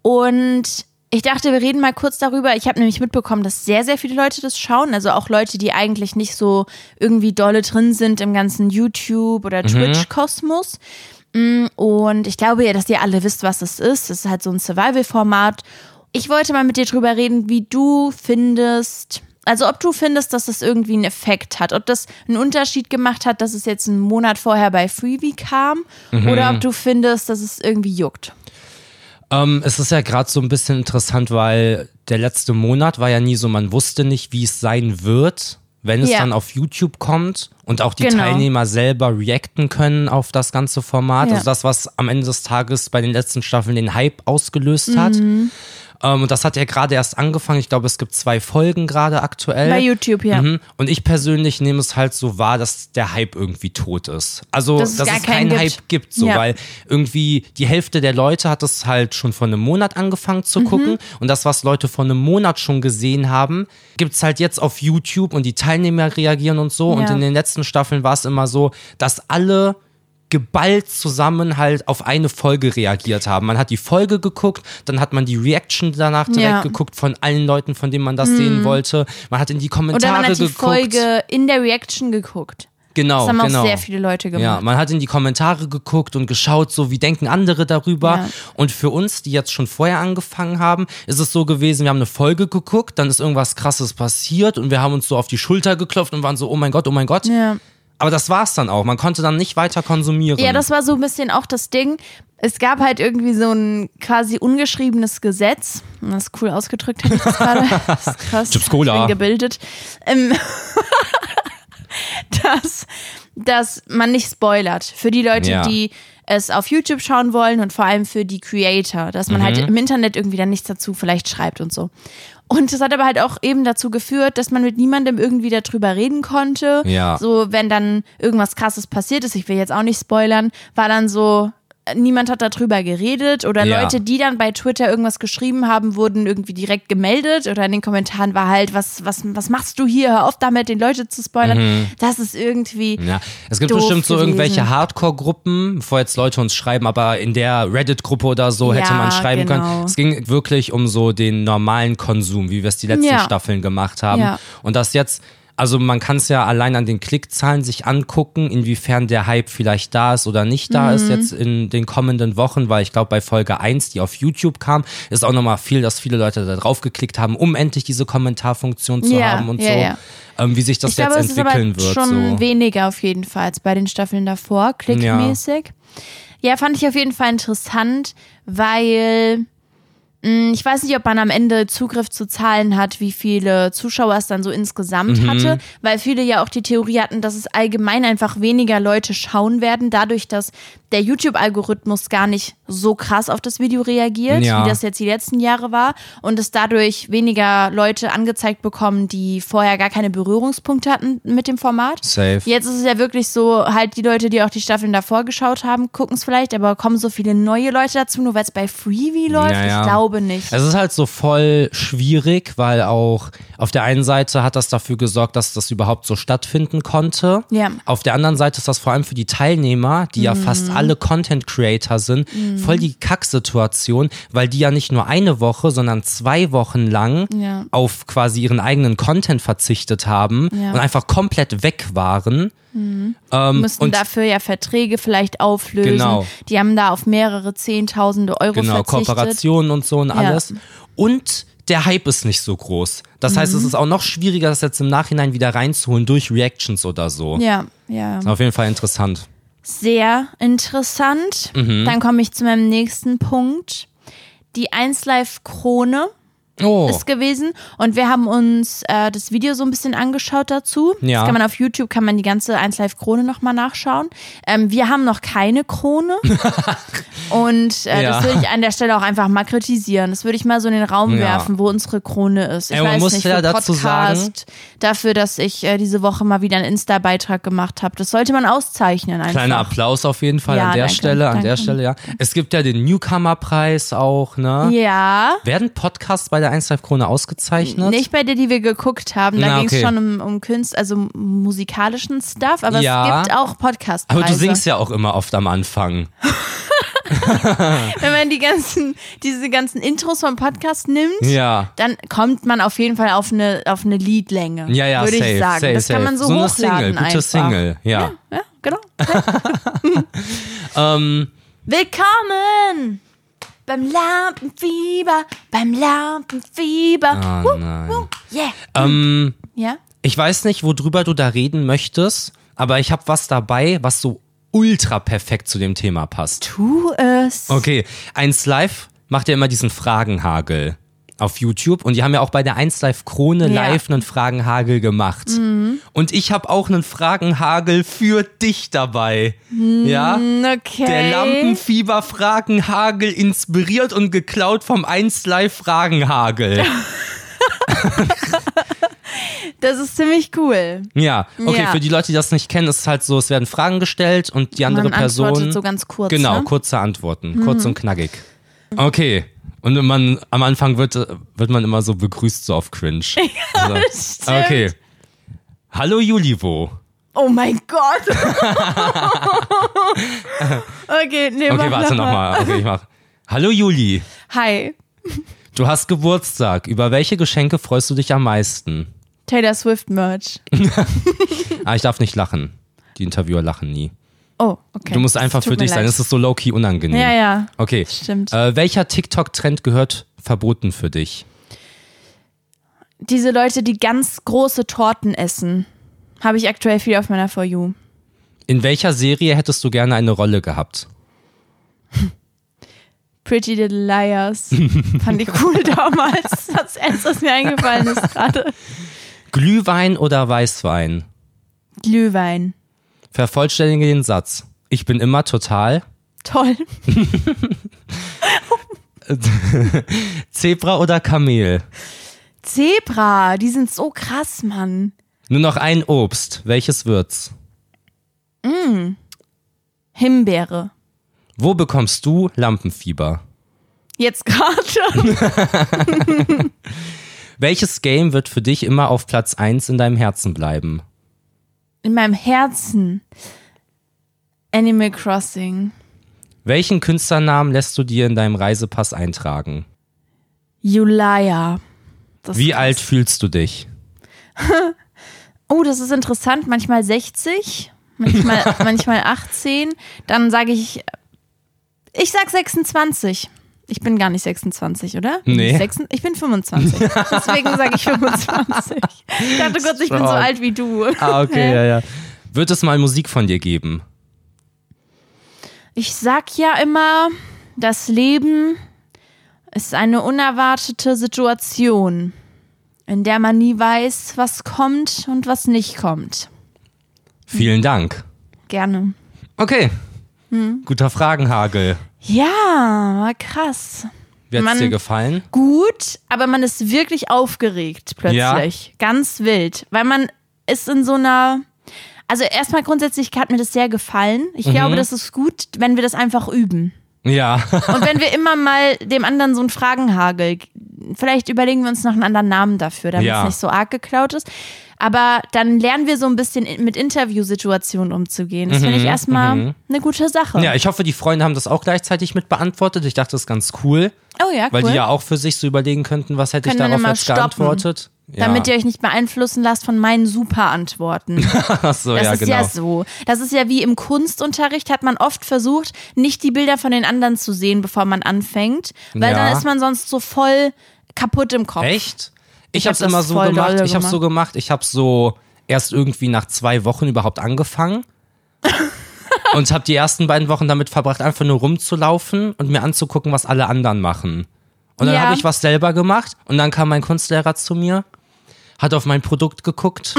Speaker 2: Und ich dachte, wir reden mal kurz darüber. Ich habe nämlich mitbekommen, dass sehr, sehr viele Leute das schauen. Also auch Leute, die eigentlich nicht so irgendwie dolle drin sind im ganzen YouTube- oder Twitch-Kosmos. Mm, Und ich glaube ja, dass ihr alle wisst, was es ist. Es ist halt so ein Survival-Format. Ich wollte mal mit dir drüber reden, wie du findest, also ob du findest, dass das irgendwie einen Effekt hat, ob das einen Unterschied gemacht hat, dass es jetzt einen Monat vorher bei Freebie kam oder ob du findest, dass es irgendwie juckt.
Speaker 1: Ähm, es ist ja gerade so ein bisschen interessant, weil der letzte Monat war ja nie so, man wusste nicht, wie es sein wird, wenn es
Speaker 2: Ja.
Speaker 1: dann auf YouTube kommt und auch die
Speaker 2: Genau.
Speaker 1: Teilnehmer selber reacten können auf das ganze Format.
Speaker 2: Ja.
Speaker 1: Also das, was am Ende des Tages bei den letzten Staffeln den Hype ausgelöst hat.
Speaker 2: Mhm.
Speaker 1: Ähm, und das hat ja gerade erst angefangen. Ich glaube, es gibt zwei Folgen gerade aktuell.
Speaker 2: Bei YouTube, ja.
Speaker 1: Mhm. Und ich persönlich nehme es halt so wahr, dass der Hype irgendwie tot ist. Also,
Speaker 2: Dass
Speaker 1: dass,
Speaker 2: es gar
Speaker 1: es
Speaker 2: keinen
Speaker 1: keinen
Speaker 2: gibt.
Speaker 1: Hype gibt, so,
Speaker 2: Ja.
Speaker 1: weil irgendwie die Hälfte der Leute hat es halt schon vor einem Monat angefangen
Speaker 2: Mhm.
Speaker 1: zu gucken. Und das, was Leute vor einem Monat schon gesehen haben, gibt es halt jetzt auf YouTube und die Teilnehmer reagieren und so. Und
Speaker 2: Ja.
Speaker 1: in den letzten Staffeln war es immer so, dass alle geballt zusammen halt auf eine Folge reagiert haben. Man hat die Folge geguckt, dann hat man die Reaction danach direkt
Speaker 2: Ja. Mhm.
Speaker 1: geguckt von allen Leuten, von denen man das sehen wollte. Man hat in die Kommentare
Speaker 2: Oder man hat die
Speaker 1: geguckt.
Speaker 2: Folge in der Reaction geguckt.
Speaker 1: genau,
Speaker 2: Das haben
Speaker 1: genau.
Speaker 2: auch sehr viele Leute
Speaker 1: Ja,
Speaker 2: gemacht.
Speaker 1: man hat in die Kommentare geguckt und geschaut, so wie denken andere darüber.
Speaker 2: Ja.
Speaker 1: Und für uns, die jetzt schon vorher angefangen haben, ist es so gewesen, wir haben eine Folge geguckt, dann ist irgendwas krasses passiert und wir haben uns so auf die Schulter geklopft und waren so, oh mein Gott, oh mein Gott.
Speaker 2: Ja.
Speaker 1: Aber das war's dann auch. Man konnte dann nicht weiter konsumieren.
Speaker 2: Ja, das war so ein bisschen auch das Ding. Es gab halt irgendwie so ein quasi ungeschriebenes Gesetz. Das ist cool ausgedrückt, habe ich das gerade. Das ist krass.
Speaker 1: Chips Cola.
Speaker 2: Ich bin gebildet. Ähm, dass, dass man nicht spoilert. Für die Leute,
Speaker 1: Ja.
Speaker 2: die es auf YouTube schauen wollen und vor allem für die Creator, dass man
Speaker 1: Mhm.
Speaker 2: halt im Internet irgendwie dann nichts dazu vielleicht schreibt und so. Und das hat aber halt auch eben dazu geführt, dass man mit niemandem irgendwie darüber reden konnte.
Speaker 1: Ja.
Speaker 2: So, wenn dann irgendwas krasses passiert ist, ich will jetzt auch nicht spoilern, war dann so, äh, niemand hat darüber geredet oder
Speaker 1: Ja.
Speaker 2: Leute, die dann bei Twitter irgendwas geschrieben haben, wurden irgendwie direkt gemeldet oder in den Kommentaren war halt, was, was, was machst du hier? Hör auf damit, den Leute zu spoilern.
Speaker 1: Mhm.
Speaker 2: Das ist irgendwie.
Speaker 1: Ja, es gibt
Speaker 2: doof
Speaker 1: bestimmt so
Speaker 2: gewesen.
Speaker 1: irgendwelche Hardcore-Gruppen, bevor jetzt Leute uns schreiben, aber in der Reddit-Gruppe oder so hätte
Speaker 2: Ja,
Speaker 1: man schreiben
Speaker 2: genau.
Speaker 1: können. Es ging wirklich um so den normalen Konsum, wie wir es die letzten
Speaker 2: Ja.
Speaker 1: Staffeln gemacht haben.
Speaker 2: Ja.
Speaker 1: Und das jetzt, also man kann es ja allein an den Klickzahlen sich angucken, inwiefern der Hype vielleicht da ist oder nicht da
Speaker 2: Mhm.
Speaker 1: ist jetzt in den kommenden Wochen, weil ich glaube, bei Folge 1, die auf YouTube kam, ist auch nochmal viel, dass viele Leute da drauf geklickt haben, um endlich diese Kommentarfunktion zu
Speaker 2: Ja,
Speaker 1: haben und
Speaker 2: ja,
Speaker 1: so.
Speaker 2: ja.
Speaker 1: Ähm, wie sich das
Speaker 2: Ich
Speaker 1: jetzt
Speaker 2: glaube, es ist aber
Speaker 1: entwickeln wird.
Speaker 2: schon
Speaker 1: so.
Speaker 2: weniger auf jeden Fall als bei den Staffeln davor, klickmäßig. Ja. fand ich auf jeden Fall interessant, weil mh, ich weiß nicht, ob man am Ende Zugriff zu Zahlen hat, wie viele Zuschauer es dann so insgesamt
Speaker 1: Mhm.
Speaker 2: hatte, weil viele ja auch die Theorie hatten, dass es allgemein einfach weniger Leute schauen werden, dadurch, dass der YouTube-Algorithmus gar nicht so krass auf das Video reagiert,
Speaker 1: Ja.
Speaker 2: wie das jetzt die letzten Jahre war und es dadurch weniger Leute angezeigt bekommen, die vorher gar keine Berührungspunkte hatten mit dem Format.
Speaker 1: Safe.
Speaker 2: Jetzt ist es ja wirklich so, halt die Leute, die auch die Staffeln davor geschaut haben, gucken es vielleicht, aber kommen so viele neue Leute dazu, nur weil es bei Freebie läuft?
Speaker 1: Ja, ja.
Speaker 2: Ich glaube nicht.
Speaker 1: Es ist halt so voll schwierig, weil auch auf der einen Seite hat das dafür gesorgt, dass das überhaupt so stattfinden konnte.
Speaker 2: Ja.
Speaker 1: Auf der anderen Seite ist das vor allem für die Teilnehmer, die ja fast
Speaker 2: Mhm.
Speaker 1: alle Content Creator sind, voll die Kacksituation, weil die ja nicht nur eine Woche, sondern zwei Wochen lang
Speaker 2: Ja.
Speaker 1: auf quasi ihren eigenen Content verzichtet haben
Speaker 2: Ja.
Speaker 1: und einfach komplett weg waren. Ähm,
Speaker 2: Müssten
Speaker 1: und
Speaker 2: dafür ja Verträge vielleicht auflösen.
Speaker 1: Genau.
Speaker 2: Die haben da auf mehrere Zehntausende Euro
Speaker 1: Genau,
Speaker 2: verzichtet.
Speaker 1: Kooperationen und so und alles. Und der Hype ist nicht so groß. Das heißt,
Speaker 2: Mhm.
Speaker 1: es ist auch noch schwieriger, das jetzt im Nachhinein wieder reinzuholen durch Reactions oder so.
Speaker 2: Ja, ja.
Speaker 1: Auf jeden Fall interessant.
Speaker 2: Sehr interessant.
Speaker 1: Mhm.
Speaker 2: Dann komme ich zu meinem nächsten Punkt. Die 1Live-Krone.
Speaker 1: Oh,
Speaker 2: ist gewesen und wir haben uns äh, das Video so ein bisschen angeschaut dazu.
Speaker 1: Ja.
Speaker 2: Das kann man auf YouTube, kann man die ganze 1 Live Krone nochmal nachschauen. Ähm, wir haben noch keine Krone und äh,
Speaker 1: Ja.
Speaker 2: das würde ich an der Stelle auch einfach mal kritisieren. Das würde ich mal so in den Raum
Speaker 1: Ja.
Speaker 2: werfen, wo unsere Krone ist. Ich
Speaker 1: Ey, man
Speaker 2: weiß
Speaker 1: muss
Speaker 2: nicht,
Speaker 1: ja
Speaker 2: für
Speaker 1: dazu
Speaker 2: Podcast,
Speaker 1: sagen-
Speaker 2: dafür, dass ich äh, diese Woche mal wieder einen Insta-Beitrag gemacht habe. Das sollte man auszeichnen einfach.
Speaker 1: kleiner Applaus auf jeden Fall
Speaker 2: Ja,
Speaker 1: an der
Speaker 2: danke,
Speaker 1: Stelle, an der
Speaker 2: danke.
Speaker 1: Stelle, ja. Es gibt ja den Newcomer-Preis auch, ne?
Speaker 2: Ja.
Speaker 1: Werden Podcasts bei der 1 Live Krone ausgezeichnet?
Speaker 2: Nicht bei der, die wir geguckt haben. Da
Speaker 1: Na,
Speaker 2: ging es
Speaker 1: okay.
Speaker 2: schon um, um Kunst, also um musikalischen Stuff, aber
Speaker 1: Ja.
Speaker 2: es gibt auch Podcast.
Speaker 1: Aber du singst ja auch immer oft am Anfang.
Speaker 2: Wenn man die ganzen, diese ganzen Intros vom Podcast nimmt,
Speaker 1: Ja.
Speaker 2: dann kommt man auf jeden Fall auf eine, auf eine Liedlänge.
Speaker 1: Ja, ja,
Speaker 2: würde
Speaker 1: safe,
Speaker 2: ich sagen.
Speaker 1: safe,
Speaker 2: das kann
Speaker 1: safe.
Speaker 2: man so,
Speaker 1: eine
Speaker 2: hochladen
Speaker 1: Single, gute
Speaker 2: einfach.
Speaker 1: Single, ja.
Speaker 2: Ja, genau.
Speaker 1: Ähm,
Speaker 2: Willkommen beim Lampenfieber, beim Lampenfieber.
Speaker 1: ah,
Speaker 2: Woo,
Speaker 1: nein.
Speaker 2: woo, yeah.
Speaker 1: Ähm,
Speaker 2: Ja?
Speaker 1: Ich weiß nicht, worüber du da reden möchtest, aber ich habe was dabei, was so ultra perfekt zu dem Thema passt.
Speaker 2: Tu es.
Speaker 1: Okay, eins live macht ja immer diesen Fragenhagel auf YouTube und die haben ja auch bei der 1 Live Krone
Speaker 2: Ja. Mhm.
Speaker 1: live einen Fragenhagel gemacht. Und ich habe auch einen Fragenhagel für dich dabei. Ja?
Speaker 2: Mhm. Okay.
Speaker 1: Der Lampenfieber-Fragenhagel inspiriert und geklaut vom 1 Live Fragenhagel.
Speaker 2: Das ist ziemlich cool.
Speaker 1: Ja, okay,
Speaker 2: Ja.
Speaker 1: für die Leute, die das nicht kennen, ist es halt so, es werden Fragen gestellt und die andere
Speaker 2: Man
Speaker 1: Person
Speaker 2: antwortet so ganz kurz.
Speaker 1: Genau,
Speaker 2: Ne?
Speaker 1: kurze Antworten, kurz und knackig. Okay. Und wenn man am Anfang wird, wird man immer so begrüßt, so auf Cringe. also,
Speaker 2: stimmt.
Speaker 1: Okay. Hallo Julivo.
Speaker 2: Oh mein Gott. okay, nee,
Speaker 1: Okay,
Speaker 2: mach
Speaker 1: warte
Speaker 2: noch mal.
Speaker 1: nochmal. Okay, ich mach. Hallo Juli,
Speaker 2: Hi.
Speaker 1: du hast Geburtstag. Über welche Geschenke freust du dich am meisten?
Speaker 2: Taylor Swift Merch.
Speaker 1: Ah, ich darf nicht lachen. Die Interviewer lachen nie.
Speaker 2: Oh, okay.
Speaker 1: Du musst einfach
Speaker 2: Es tut
Speaker 1: für
Speaker 2: mir
Speaker 1: dich sein.
Speaker 2: leid.
Speaker 1: Es ist so low-key unangenehm.
Speaker 2: Ja, ja.
Speaker 1: Okay.
Speaker 2: Stimmt.
Speaker 1: Äh, welcher TikTok-Trend gehört verboten für dich?
Speaker 2: Diese Leute, die ganz große Torten essen, habe ich aktuell viel auf meiner For You.
Speaker 1: In welcher Serie hättest du gerne eine Rolle gehabt?
Speaker 2: Pretty Little Liars. Fand ich cool damals. Das erste, was mir eingefallen ist gerade.
Speaker 1: Glühwein oder Weißwein?
Speaker 2: Glühwein.
Speaker 1: Vervollständige den Satz. Ich bin immer total.
Speaker 2: Toll.
Speaker 1: Zebra oder Kamel?
Speaker 2: Zebra, die sind so krass, Mann.
Speaker 1: Nur noch ein Obst. Welches wird's?
Speaker 2: Himbeere.
Speaker 1: Wo bekommst du Lampenfieber?
Speaker 2: Jetzt gerade.
Speaker 1: Welches Game wird für dich immer auf Platz 1 in deinem Herzen bleiben?
Speaker 2: In meinem Herzen. Animal Crossing.
Speaker 1: Welchen Künstlernamen lässt du dir in deinem Reisepass eintragen?
Speaker 2: Julia. Das ist
Speaker 1: Wie
Speaker 2: krass.
Speaker 1: alt fühlst du dich?
Speaker 2: Oh, das ist interessant. Manchmal 60, manchmal, manchmal 18. Dann sage ich, ich sag 26. Ich bin gar nicht 26, oder? Bin
Speaker 1: Nee.
Speaker 2: Ich, sechsund- ich bin 25. Deswegen sage ich 25. Ich dachte kurz, ich bin so
Speaker 1: Strong.
Speaker 2: alt wie du.
Speaker 1: Ah, okay, ja, ja. Wird es mal Musik von dir geben?
Speaker 2: Ich sag ja immer, das Leben ist eine unerwartete Situation, in der man nie weiß, was kommt und was nicht kommt.
Speaker 1: Vielen Dank.
Speaker 2: Gerne.
Speaker 1: Okay.
Speaker 2: Hm.
Speaker 1: Guter Fragenhagel.
Speaker 2: Ja, war krass.
Speaker 1: Wie hat's
Speaker 2: Mann.
Speaker 1: dir gefallen?
Speaker 2: gut, aber man ist wirklich aufgeregt plötzlich. Ganz wild. Weil man ist in so einer. Also erstmal grundsätzlich hat mir das sehr gefallen. Ich glaube, das ist gut, wenn wir das einfach üben.
Speaker 1: Ja.
Speaker 2: Und wenn wir immer mal dem anderen so einen Fragenhagel, vielleicht überlegen wir uns noch einen anderen Namen dafür, damit
Speaker 1: Ja.
Speaker 2: es nicht so arg geklaut ist. Aber dann lernen wir so ein bisschen in- mit Interviewsituationen umzugehen. Das finde ich erstmal eine gute Sache.
Speaker 1: Mhm, Ja, ich hoffe, die Freunde haben das auch gleichzeitig mit beantwortet. Ich dachte, das ist ganz cool,
Speaker 2: oh ja, cool.
Speaker 1: weil die ja auch für sich so überlegen könnten, was hätte
Speaker 2: Können wir
Speaker 1: ich darauf
Speaker 2: denn mal
Speaker 1: jetzt
Speaker 2: stoppen?
Speaker 1: geantwortet. Ja.
Speaker 2: damit ihr euch nicht beeinflussen lasst von meinen Superantworten.
Speaker 1: Ach so,
Speaker 2: Das
Speaker 1: ja,
Speaker 2: ist
Speaker 1: genau.
Speaker 2: ja so. Das ist ja wie im Kunstunterricht, hat man oft versucht, nicht die Bilder von den anderen zu sehen, bevor man anfängt, weil
Speaker 1: Ja.
Speaker 2: dann ist man sonst so voll kaputt im Kopf.
Speaker 1: Echt? Ich,
Speaker 2: hab
Speaker 1: hab's
Speaker 2: das
Speaker 1: immer so
Speaker 2: voll
Speaker 1: gemacht.
Speaker 2: dolle
Speaker 1: Ich hab's so gemacht. Ich hab so erst irgendwie nach zwei Wochen überhaupt angefangen. und hab die ersten beiden Wochen damit verbracht, einfach nur rumzulaufen und mir anzugucken, was alle anderen machen. Und dann
Speaker 2: Ja.
Speaker 1: habe ich was selber gemacht und dann kam mein Kunstlehrer zu mir, hat auf mein Produkt geguckt,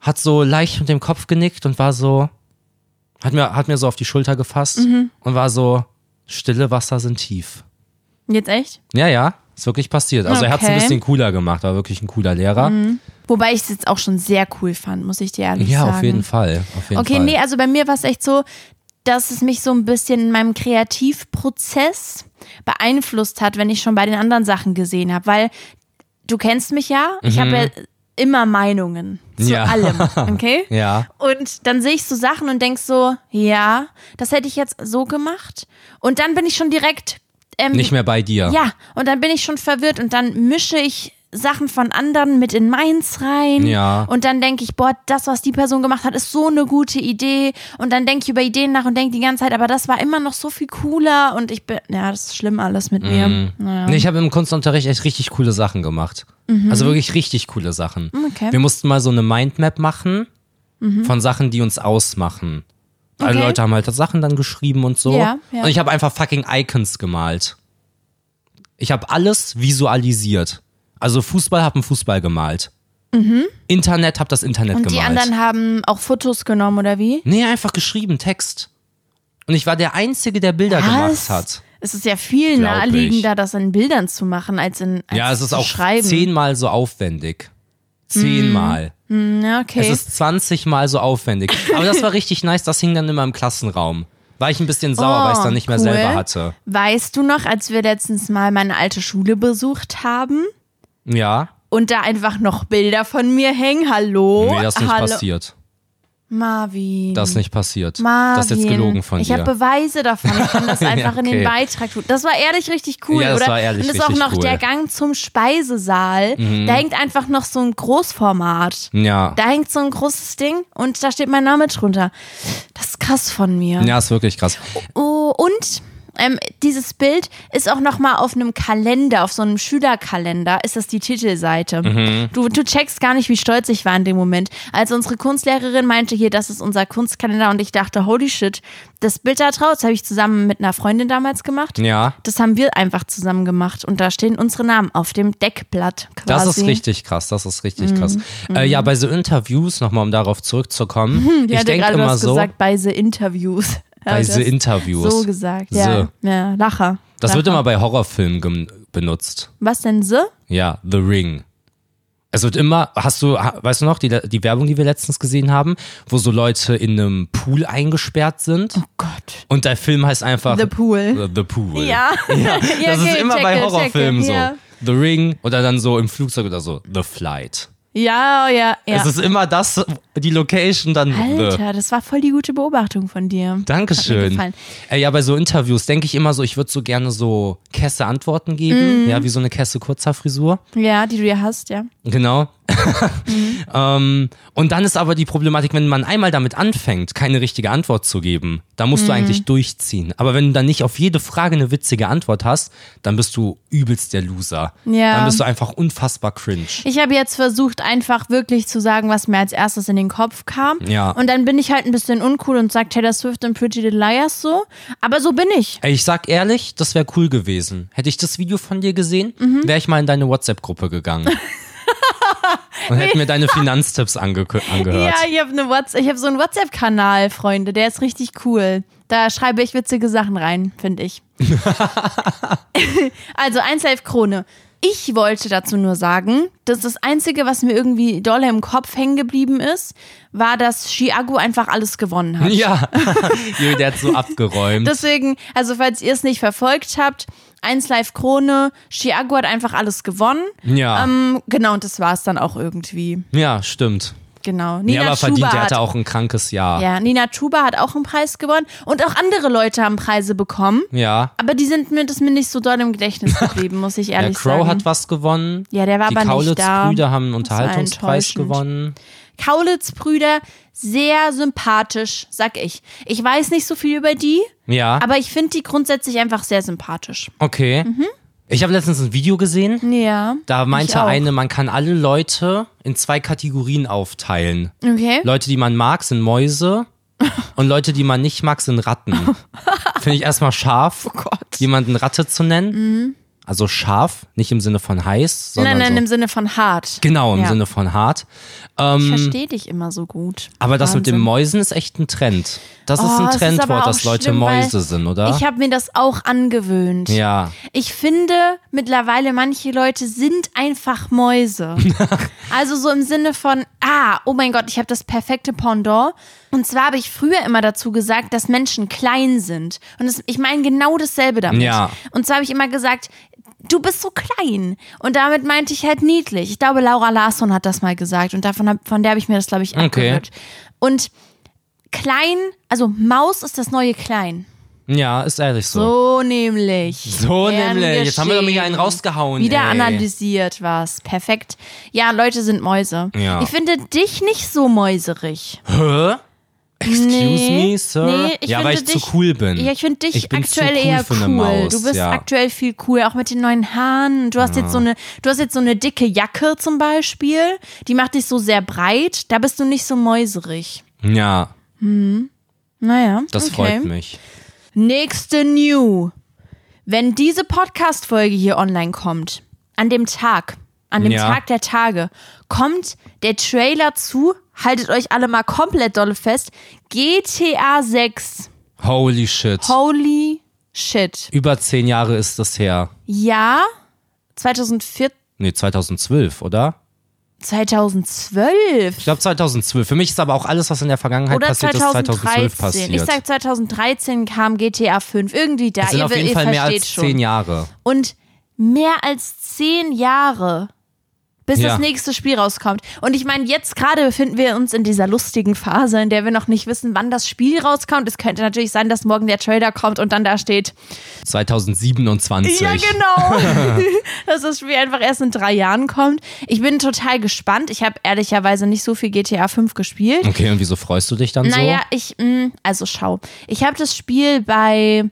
Speaker 1: hat so leicht mit dem Kopf genickt und war so, hat mir, hat mir so auf die Schulter gefasst
Speaker 2: Mhm.
Speaker 1: und war so, stille Wasser sind tief.
Speaker 2: Jetzt echt?
Speaker 1: Ja, ja, ist wirklich passiert. Also er hat es ein
Speaker 2: Okay. Mhm,
Speaker 1: bisschen cooler gemacht, war wirklich ein cooler Lehrer.
Speaker 2: Wobei ich es jetzt auch schon sehr cool fand, muss ich dir ehrlich
Speaker 1: Ja,
Speaker 2: sagen.
Speaker 1: auf jeden Fall. Auf jeden
Speaker 2: Okay,
Speaker 1: Fall.
Speaker 2: nee, also bei mir war es echt so, dass es mich so ein bisschen in meinem Kreativprozess beeinflusst hat, wenn ich schon bei den anderen Sachen gesehen habe, weil du kennst mich ja, ich habe ja immer Meinungen zu
Speaker 1: Mhm. Ja.
Speaker 2: allem, okay?
Speaker 1: Ja,
Speaker 2: Und dann sehe ich so Sachen und denk so, ja, das hätte ich jetzt so gemacht. Und dann bin ich schon direkt. Ähm,
Speaker 1: nicht mehr bei dir.
Speaker 2: Ja, und dann bin ich schon verwirrt und dann mische ich Sachen von anderen mit in meins rein.
Speaker 1: Ja.
Speaker 2: Und dann denke ich, boah, das, was die Person gemacht hat, ist so eine gute Idee. Und dann denke ich über Ideen nach und denke die ganze Zeit, aber das war immer noch so viel cooler. Und ich bin, ja, das ist schlimm alles mit
Speaker 1: Mhm.
Speaker 2: mir. Naja.
Speaker 1: Nee, ich habe im Kunstunterricht echt richtig coole Sachen gemacht.
Speaker 2: Mhm.
Speaker 1: Also wirklich richtig coole Sachen.
Speaker 2: Okay.
Speaker 1: Wir mussten mal so eine Mindmap machen von Sachen, die uns ausmachen. Alle
Speaker 2: Mhm. Okay.
Speaker 1: Leute haben halt Sachen dann geschrieben und so.
Speaker 2: Ja, ja.
Speaker 1: Und ich habe einfach fucking Icons gemalt. Ich habe alles visualisiert. Also Fußball habe einen Fußball gemalt. Internet habe das Internet
Speaker 2: Mhm. Und
Speaker 1: gemalt.
Speaker 2: die anderen haben auch Fotos genommen, oder wie?
Speaker 1: Nee, einfach geschrieben, Text. Und ich war der Einzige, der Bilder gemacht hat.
Speaker 2: Es ist ja viel
Speaker 1: Glaub
Speaker 2: naheliegender, das in Bildern zu machen, als in als
Speaker 1: Ja, es ist
Speaker 2: zu
Speaker 1: auch
Speaker 2: schreiben.
Speaker 1: zehnmal so aufwendig. Zehnmal.
Speaker 2: Ja, okay.
Speaker 1: Es ist 20 Mal so aufwendig. Aber das war richtig nice, das hing dann immer im Klassenraum. War ich ein bisschen sauer, weil ich es dann nicht mehr
Speaker 2: Oh, cool.
Speaker 1: selber hatte.
Speaker 2: Weißt du noch, als wir letztens mal meine alte Schule besucht haben
Speaker 1: Ja,
Speaker 2: und da einfach noch Bilder von mir hängen? Hallo?
Speaker 1: nee, das ist nicht
Speaker 2: Oh, Hallo.
Speaker 1: passiert.
Speaker 2: Marvin.
Speaker 1: Das ist nicht passiert.
Speaker 2: Marvin.
Speaker 1: Das ist jetzt gelogen von
Speaker 2: ich
Speaker 1: dir.
Speaker 2: habe Beweise davon. Ich kann das
Speaker 1: Ja,
Speaker 2: einfach in den
Speaker 1: okay.
Speaker 2: Beitrag tun. Das war ehrlich richtig cool,
Speaker 1: Ja, das
Speaker 2: oder?
Speaker 1: war ehrlich
Speaker 2: und das ist auch
Speaker 1: richtig
Speaker 2: noch
Speaker 1: cool. Mhm.
Speaker 2: der Gang zum Speisesaal. Da hängt einfach noch so ein Großformat.
Speaker 1: ja.
Speaker 2: Da hängt so ein großes Ding und da steht mein Name drunter. Das ist krass von mir.
Speaker 1: ja, ist wirklich krass.
Speaker 2: Oh, und ähm, dieses Bild ist auch nochmal auf einem Kalender, auf so einem Schülerkalender, ist das die Titelseite.
Speaker 1: Mhm.
Speaker 2: Du, du checkst gar nicht, wie stolz ich war in dem Moment. Als unsere Kunstlehrerin meinte, hier, das ist unser Kunstkalender und ich dachte, holy shit, das Bild da draus habe ich zusammen mit einer Freundin damals gemacht.
Speaker 1: Ja,
Speaker 2: Das haben wir einfach zusammen gemacht und da stehen unsere Namen auf dem Deckblatt quasi.
Speaker 1: das ist richtig krass. Das ist richtig krass. Äh, ja, bei so Interviews, nochmal um darauf zurückzukommen,
Speaker 2: Mhm. Die
Speaker 1: ich
Speaker 2: hatte
Speaker 1: denke
Speaker 2: gerade
Speaker 1: immer
Speaker 2: was
Speaker 1: so,
Speaker 2: gesagt bei The Interviews.
Speaker 1: bei so
Speaker 2: Interviews.
Speaker 1: Interviews.
Speaker 2: So gesagt, ja. ja Lacher.
Speaker 1: Das
Speaker 2: Lacher.
Speaker 1: wird immer bei Horrorfilmen gem- benutzt.
Speaker 2: Was denn Oh so?
Speaker 1: Ja, The Ring. Es wird immer, hast du, ha- weißt du noch, die, die Werbung, die wir letztens gesehen haben, wo so Leute in einem Pool eingesperrt sind
Speaker 2: Oh Gott.
Speaker 1: und der Film heißt einfach
Speaker 2: The Pool.
Speaker 1: The, The Pool.
Speaker 2: Ja. ja,
Speaker 1: Das
Speaker 2: okay,
Speaker 1: ist immer
Speaker 2: checke,
Speaker 1: bei Horrorfilmen so.
Speaker 2: checke, Ja.
Speaker 1: The Ring oder dann so im Flugzeug oder so The Flight.
Speaker 2: ja, oh, ja, ja.
Speaker 1: Es ist immer das, die Location dann The.
Speaker 2: Alter, das war voll die gute Beobachtung von dir. Hat mir
Speaker 1: Dankeschön.
Speaker 2: gefallen.
Speaker 1: Äh, ja, bei so Interviews denke ich immer so, ich würde so gerne so Kesse Antworten geben,
Speaker 2: Mhm.
Speaker 1: ja, wie so eine Kesse kurzer Frisur.
Speaker 2: Ja, die du ja hast, ja.
Speaker 1: Genau.
Speaker 2: Mhm.
Speaker 1: ähm, und dann ist aber die Problematik, wenn man einmal damit anfängt, keine richtige Antwort zu geben, dann musst
Speaker 2: Mhm.
Speaker 1: du eigentlich durchziehen. Aber wenn du dann nicht auf jede Frage eine witzige Antwort hast, dann bist du übelst der Loser.
Speaker 2: Ja.
Speaker 1: Dann bist du einfach unfassbar cringe.
Speaker 2: Ich habe jetzt versucht, einfach wirklich zu sagen, was mir als erstes in den Kopf kam.
Speaker 1: Ja.
Speaker 2: Und dann bin ich halt ein bisschen uncool und sag Taylor Swift und Pretty Little Liars so. Aber so bin ich.
Speaker 1: Ey, ich sag ehrlich, das wäre cool gewesen. Hätte ich das Video von dir gesehen,
Speaker 2: Mhm.
Speaker 1: wäre ich mal in deine WhatsApp-Gruppe gegangen. und hätte mir deine Finanztipps angekö- angehört.
Speaker 2: Ja, ich habe ne Whats- ich hab so einen WhatsApp-Kanal, Freunde. Der ist richtig cool. Da schreibe ich witzige Sachen rein, finde ich. also, 1Live Krone. Ich wollte dazu nur sagen, dass das Einzige, was mir irgendwie dolle im Kopf hängen geblieben ist, war, dass Chiago einfach alles gewonnen hat.
Speaker 1: Ja, Junge, der hat so abgeräumt.
Speaker 2: Deswegen, also falls ihr es nicht verfolgt habt, 1Live Krone, Chiago hat einfach alles gewonnen.
Speaker 1: ja,
Speaker 2: Ähm, genau, und das war es dann auch irgendwie.
Speaker 1: ja, stimmt.
Speaker 2: Genau.
Speaker 1: Nee,
Speaker 2: Nina
Speaker 1: aber verdient, der
Speaker 2: Schubert.
Speaker 1: hatte auch ein krankes Jahr.
Speaker 2: Ja, Nina Chuba hat auch einen Preis gewonnen und auch andere Leute haben Preise bekommen.
Speaker 1: Ja.
Speaker 2: Aber die sind mir das ist mir nicht so doll im Gedächtnis geblieben, muss ich
Speaker 1: Der
Speaker 2: ehrlich
Speaker 1: Crow
Speaker 2: sagen.
Speaker 1: hat was gewonnen.
Speaker 2: Ja, der war
Speaker 1: Die
Speaker 2: aber nicht da.
Speaker 1: Kaulitz-Brüder haben einen
Speaker 2: war
Speaker 1: Unterhaltungspreis
Speaker 2: enttäuschend.
Speaker 1: gewonnen.
Speaker 2: Kaulitz-Brüder, sehr sympathisch, sag ich. Ich weiß nicht so viel über die,
Speaker 1: Ja,
Speaker 2: aber ich finde die grundsätzlich einfach sehr sympathisch.
Speaker 1: okay. Ich habe letztens ein Video gesehen.
Speaker 2: Ja.
Speaker 1: Da
Speaker 2: Mhm. Ich
Speaker 1: meinte
Speaker 2: auch.
Speaker 1: eine, man kann alle Leute in zwei Kategorien aufteilen.
Speaker 2: Okay.
Speaker 1: Leute, die man mag, sind Mäuse. und Leute, die man nicht mag, sind Ratten. Finde ich erstmal scharf,
Speaker 2: Oh Gott. Mhm.
Speaker 1: jemanden Ratte zu nennen. Also scharf, nicht im Sinne von heiß, sondern
Speaker 2: Nein, nein,
Speaker 1: so.
Speaker 2: im Sinne von hart.
Speaker 1: also. genau, im
Speaker 2: Ja.
Speaker 1: Sinne von hart.
Speaker 2: Ich verstehe dich immer so gut.
Speaker 1: Aber das mit
Speaker 2: Wahnsinn.
Speaker 1: den Mäusen ist echt ein Trend. Das ist
Speaker 2: Oh,
Speaker 1: ein
Speaker 2: es ist aber
Speaker 1: Trendwort,
Speaker 2: auch
Speaker 1: dass Leute
Speaker 2: schlimm, weil
Speaker 1: Mäuse sind, oder?
Speaker 2: Ich habe mir das auch angewöhnt.
Speaker 1: ja.
Speaker 2: Ich finde mittlerweile, manche Leute sind einfach Mäuse. also so im Sinne von, ah, oh mein Gott, ich habe das perfekte Pendant. Und zwar habe ich früher immer dazu gesagt, dass Menschen klein sind. Und das, ich meine genau dasselbe damit.
Speaker 1: Ja.
Speaker 2: Und zwar habe ich immer gesagt, du bist so klein. Und damit meinte ich halt niedlich. Ich glaube, Laura Larsson hat das mal gesagt. Und davon, hab- von der habe ich mir das, glaube ich, abgehört. Und klein, also Maus ist das neue Klein.
Speaker 1: Ja, ist ehrlich so.
Speaker 2: So nämlich.
Speaker 1: So
Speaker 2: Gern
Speaker 1: nämlich. Jetzt haben wir doch
Speaker 2: geschehen.
Speaker 1: wieder einen rausgehauen,
Speaker 2: Wieder
Speaker 1: ey.
Speaker 2: analysiert was. Perfekt. Ja, Leute sind Mäuse.
Speaker 1: Ja.
Speaker 2: Ich finde dich nicht so mäuserig.
Speaker 1: Hä? Excuse
Speaker 2: Nee,
Speaker 1: me, Sir?
Speaker 2: nee, ich
Speaker 1: ja, weil ich
Speaker 2: finde dich-
Speaker 1: zu cool bin.
Speaker 2: Ja, ich finde dich
Speaker 1: Ich bin zu
Speaker 2: aktuell
Speaker 1: cool
Speaker 2: eher
Speaker 1: für
Speaker 2: cool.
Speaker 1: eine Maus,
Speaker 2: du bist
Speaker 1: ja.
Speaker 2: aktuell viel cool, auch mit den neuen Haaren. Du hast jetzt so eine, du hast jetzt so eine dicke Jacke zum Beispiel. Die macht dich so sehr breit. Da bist du nicht so mäuserig.
Speaker 1: ja.
Speaker 2: Naja.
Speaker 1: Das
Speaker 2: okay.
Speaker 1: freut mich.
Speaker 2: Nächste New. Wenn diese Podcast-Folge hier online kommt, an dem Tag, an dem
Speaker 1: Ja.
Speaker 2: Tag der Tage, kommt der Trailer zu, haltet euch alle mal komplett dolle fest, GTA 6.
Speaker 1: Holy shit.
Speaker 2: Holy shit.
Speaker 1: Über zehn Jahre ist das her.
Speaker 2: Ja, 2004,
Speaker 1: Nee, 2012, oder?
Speaker 2: 2012.
Speaker 1: Ich glaube 2012. Für mich ist aber auch alles, was in der Vergangenheit
Speaker 2: Oder
Speaker 1: passiert
Speaker 2: 2013.
Speaker 1: ist, 2012 passiert.
Speaker 2: Ich sag 2013 kam GTA 5 irgendwie da.
Speaker 1: das sind
Speaker 2: ihr
Speaker 1: auf jeden
Speaker 2: ihr
Speaker 1: Fall mehr
Speaker 2: versteht
Speaker 1: als
Speaker 2: schon.
Speaker 1: zehn Jahre.
Speaker 2: Und mehr als zehn Jahre, bis
Speaker 1: Ja.
Speaker 2: das nächste Spiel rauskommt. Und ich meine, jetzt gerade befinden wir uns in dieser lustigen Phase, in der wir noch nicht wissen, wann das Spiel rauskommt. Es könnte natürlich sein, dass morgen der Trailer kommt und dann da steht.
Speaker 1: 2027.
Speaker 2: Ja, genau. dass das Spiel einfach erst in drei Jahren kommt. Ich bin total gespannt. Ich habe ehrlicherweise nicht so viel GTA 5 gespielt.
Speaker 1: Okay, und wieso freust du dich dann
Speaker 2: Naja, ich, mh, also schau. Ich habe das Spiel bei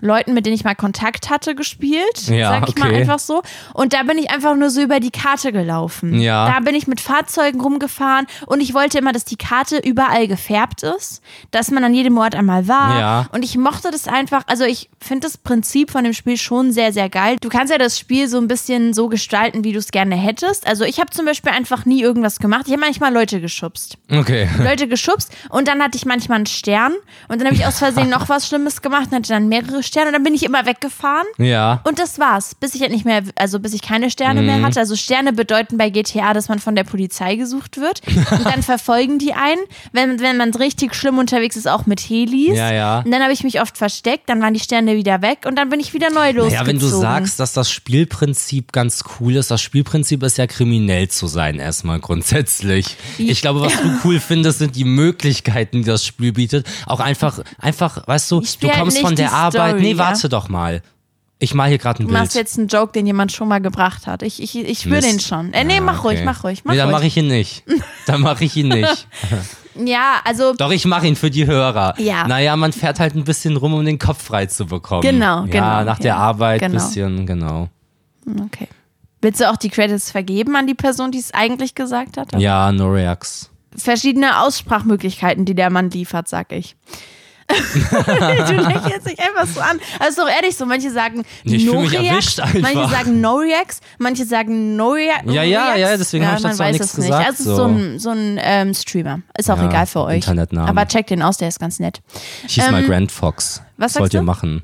Speaker 2: Leuten, mit denen ich mal Kontakt hatte, gespielt.
Speaker 1: Ja,
Speaker 2: sag ich mal
Speaker 1: okay.
Speaker 2: einfach so. Und da bin ich einfach nur so über die Karte gelaufen.
Speaker 1: Ja.
Speaker 2: Da bin ich mit Fahrzeugen rumgefahren und ich wollte immer, dass die Karte überall gefärbt ist, dass man an jedem Ort einmal war.
Speaker 1: Ja.
Speaker 2: Und ich mochte das einfach. Also ich finde das Prinzip von dem Spiel schon sehr, sehr geil. Du kannst ja das Spiel so ein bisschen so gestalten, wie du es gerne hättest. Also ich habe zum Beispiel einfach nie irgendwas gemacht. Ich habe manchmal Leute geschubst.
Speaker 1: so? Okay.
Speaker 2: Leute geschubst und dann hatte ich manchmal einen Stern und dann habe ich aus Versehen noch was Schlimmes gemacht und hatte dann mehrere Sterne und dann bin ich immer weggefahren.
Speaker 1: Ja.
Speaker 2: Und das war's, bis ich halt nicht mehr, also bis ich keine Sterne
Speaker 1: Mhm.
Speaker 2: mehr hatte. Also Sterne bedeuten bei GTA, dass man von der Polizei gesucht wird. Und dann verfolgen die einen. Wenn, wenn man richtig schlimm unterwegs ist, auch mit Helis.
Speaker 1: Ja, ja.
Speaker 2: Und dann habe ich mich oft versteckt, dann waren die Sterne wieder weg und dann bin ich wieder neu losgezogen.
Speaker 1: Ja, wenn du sagst, dass das Spielprinzip ganz cool ist, das Spielprinzip ist ja kriminell zu sein, erstmal grundsätzlich. Ich glaube, was du cool findest, sind die Möglichkeiten, die das Spiel bietet. Auch einfach, einfach, weißt du,
Speaker 2: spiel
Speaker 1: du
Speaker 2: halt
Speaker 1: kommst
Speaker 2: nicht
Speaker 1: von der
Speaker 2: die
Speaker 1: Arbeit.
Speaker 2: Story,
Speaker 1: nee,
Speaker 2: ja.
Speaker 1: warte doch mal. Ich mal hier gerade ein
Speaker 2: Du machst
Speaker 1: Bild.
Speaker 2: jetzt einen Joke, den jemand schon mal gebracht hat. Ich, ich, ich spüre
Speaker 1: Mist. Ah,
Speaker 2: den schon. Äh, nee, mach ruhig,
Speaker 1: Okay.
Speaker 2: mach ruhig, mach
Speaker 1: nee, dann
Speaker 2: ruhig.
Speaker 1: mache ich ihn nicht. Dann mache ich ihn nicht.
Speaker 2: ja, also
Speaker 1: Doch, ich mache ihn für die Hörer.
Speaker 2: Ja.
Speaker 1: Naja, man fährt halt ein bisschen rum, um den Kopf frei zu bekommen.
Speaker 2: Genau,
Speaker 1: ja,
Speaker 2: genau,
Speaker 1: Nach der
Speaker 2: ja,
Speaker 1: Arbeit ein
Speaker 2: genau.
Speaker 1: bisschen, genau.
Speaker 2: Okay. Willst du auch die Credits vergeben an die Person, die es eigentlich gesagt hat?
Speaker 1: Ja, Noreax.
Speaker 2: Verschiedene Aussprachmöglichkeiten, die der Mann liefert, sag ich. du lächelst dich einfach so an. Also doch ehrlich so, manche sagen
Speaker 1: Nee, ich fühl mich
Speaker 2: Noriax,
Speaker 1: erwischt einfach.
Speaker 2: manche sagen Noriax, manche sagen Noriax.
Speaker 1: Ja, ja, ja, deswegen hab ich
Speaker 2: man
Speaker 1: dazu auch
Speaker 2: weiß
Speaker 1: nichts
Speaker 2: es nicht.
Speaker 1: gesagt,
Speaker 2: Also es ist
Speaker 1: so.
Speaker 2: so ein, so ein ähm, Streamer. Ist auch
Speaker 1: Ja,
Speaker 2: egal für euch.
Speaker 1: Internetname.
Speaker 2: Aber checkt den aus, der ist ganz nett.
Speaker 1: She's my Grand Fox.
Speaker 2: Ähm, was sagst
Speaker 1: wollt ihr
Speaker 2: du?
Speaker 1: machen?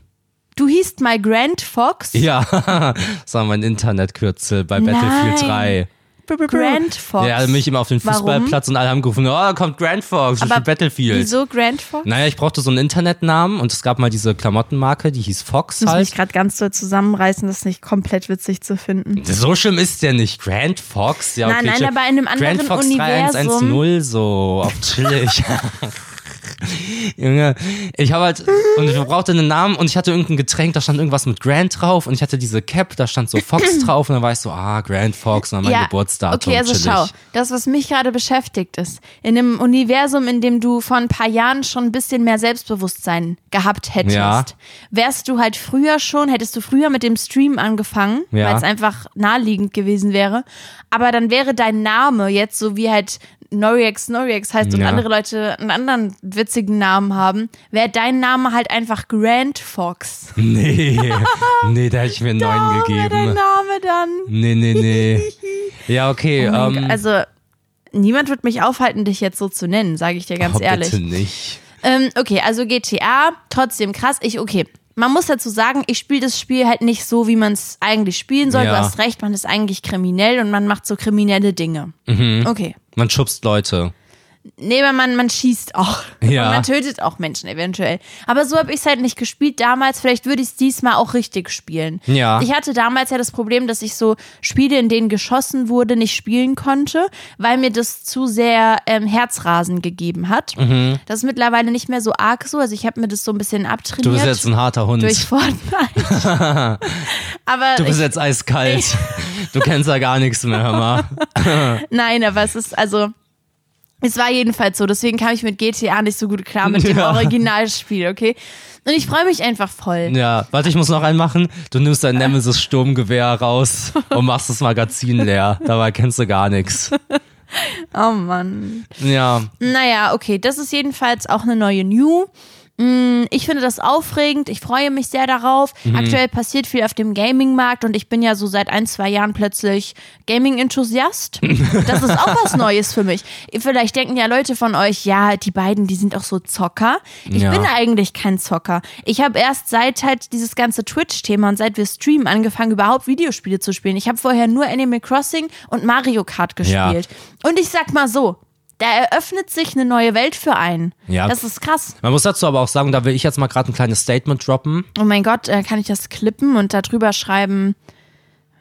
Speaker 2: Du hießt My Grand Fox.
Speaker 1: Ja, das war mein Internetkürzel bei Battlefield
Speaker 2: Nein.
Speaker 1: 3.
Speaker 2: Grand Fox.
Speaker 1: Der hatte also mich immer auf den
Speaker 2: Warum?
Speaker 1: Fußballplatz und alle haben gerufen, oh, da kommt Grand Fox, ich
Speaker 2: Aber
Speaker 1: spiel Battlefield.
Speaker 2: Wieso Grand Fox?
Speaker 1: Naja, ich brauchte so einen Internetnamen und es gab mal diese Klamottenmarke, die hieß Fox
Speaker 2: Ich muss
Speaker 1: halt.
Speaker 2: mich gerade ganz doll zusammenreißen, das nicht komplett witzig zu finden.
Speaker 1: So schlimm ist der nicht. Grand Fox, ja, okay.
Speaker 2: Nein, nein,
Speaker 1: chill.
Speaker 2: aber in einem anderen
Speaker 1: Grand Fox
Speaker 2: Universum.
Speaker 1: 3110, so, auf chillig. Junge, ich habe halt, und ich brauchte einen Namen und ich hatte irgendein Getränk, da stand irgendwas mit Grand drauf und ich hatte diese Cap, da stand so Fox drauf und dann war ich so, ah, Grand Fox und dann mein Geburtsdatum,
Speaker 2: Okay, also
Speaker 1: chillig.
Speaker 2: schau, das, was mich gerade beschäftigt ist, in einem Universum, in dem du vor ein paar Jahren schon ein bisschen mehr Selbstbewusstsein gehabt hättest,
Speaker 1: Ja.
Speaker 2: wärst du halt früher schon, hättest du früher mit dem Stream angefangen,
Speaker 1: Ja.
Speaker 2: weil es einfach naheliegend gewesen wäre, aber dann wäre dein Name jetzt so wie halt Noriax Noriax heißt und
Speaker 1: Ja.
Speaker 2: andere Leute einen anderen witzigen Namen haben, wäre dein Name halt einfach Grand Fox.
Speaker 1: Nee, nee, da hätte ich mir einen neuen
Speaker 2: Wäre dein
Speaker 1: gegeben.
Speaker 2: Name dann?
Speaker 1: Nee, nee, nee. Ja, okay,
Speaker 2: Mein
Speaker 1: ähm,
Speaker 2: Gott, also niemand wird mich aufhalten, dich jetzt so zu nennen, sage ich dir ganz
Speaker 1: oh,
Speaker 2: ehrlich.
Speaker 1: bitte nicht.
Speaker 2: Ähm, okay, also GTA, trotzdem krass. Ich, okay. Man muss dazu sagen, ich spiele das Spiel halt nicht so, wie man es eigentlich spielen soll. Du
Speaker 1: Ja.
Speaker 2: hast recht, man ist eigentlich kriminell und man macht so kriminelle Dinge.
Speaker 1: Mhm.
Speaker 2: Okay.
Speaker 1: Man schubst Leute.
Speaker 2: Nee, aber man, man schießt auch.
Speaker 1: Ja.
Speaker 2: Und man tötet auch Menschen eventuell. Aber so habe ich es halt nicht gespielt damals. Vielleicht würde ich es diesmal auch richtig spielen.
Speaker 1: Ja.
Speaker 2: Ich hatte damals ja das Problem, dass ich so Spiele, in denen geschossen wurde, nicht spielen konnte, weil mir das zu sehr ähm, Herzrasen gegeben hat. Das ist mittlerweile nicht mehr so arg so. Also ich habe mir das so ein bisschen abtrainiert.
Speaker 1: Mhm. Du bist jetzt ein harter Hund.
Speaker 2: durch Fortnite. aber
Speaker 1: Du bist jetzt eiskalt. Du kennst ja gar nichts mehr, hör mal.
Speaker 2: Nein, aber es ist also. Es war jedenfalls so, deswegen kam ich mit GTA nicht so gut klar mit dem
Speaker 1: Ja.
Speaker 2: Originalspiel, okay? Und ich freue mich einfach voll.
Speaker 1: Ja, warte, ich muss noch einen machen. Du nimmst dein Nemesis Sturmgewehr raus und machst das Magazin leer. Dabei kennst du gar nichts.
Speaker 2: Oh Mann.
Speaker 1: Ja,
Speaker 2: Naja, okay, das ist jedenfalls auch eine neue New. Mm, Ich finde das aufregend, ich freue mich sehr darauf.
Speaker 1: Mhm.
Speaker 2: Aktuell passiert viel auf dem Gaming-Markt und ich bin ja so seit ein, zwei Jahren plötzlich Gaming-Enthusiast. Das ist auch was Neues für mich. Vielleicht denken ja Leute von euch, ja, die beiden, die sind auch so Zocker. Ich
Speaker 1: Ja.
Speaker 2: bin eigentlich kein Zocker. Ich habe erst seit halt dieses ganze Twitch-Thema und seit wir streamen angefangen, überhaupt Videospiele zu spielen. Ich habe vorher nur Animal Crossing und Mario Kart
Speaker 1: Ja.
Speaker 2: gespielt. Und ich sag mal so, da eröffnet sich eine neue Welt für einen.
Speaker 1: Ja.
Speaker 2: Das ist krass.
Speaker 1: man muss dazu aber auch sagen, da will ich jetzt mal gerade ein kleines Statement droppen.
Speaker 2: Oh mein Gott, äh, kann ich das klippen und da drüber schreiben?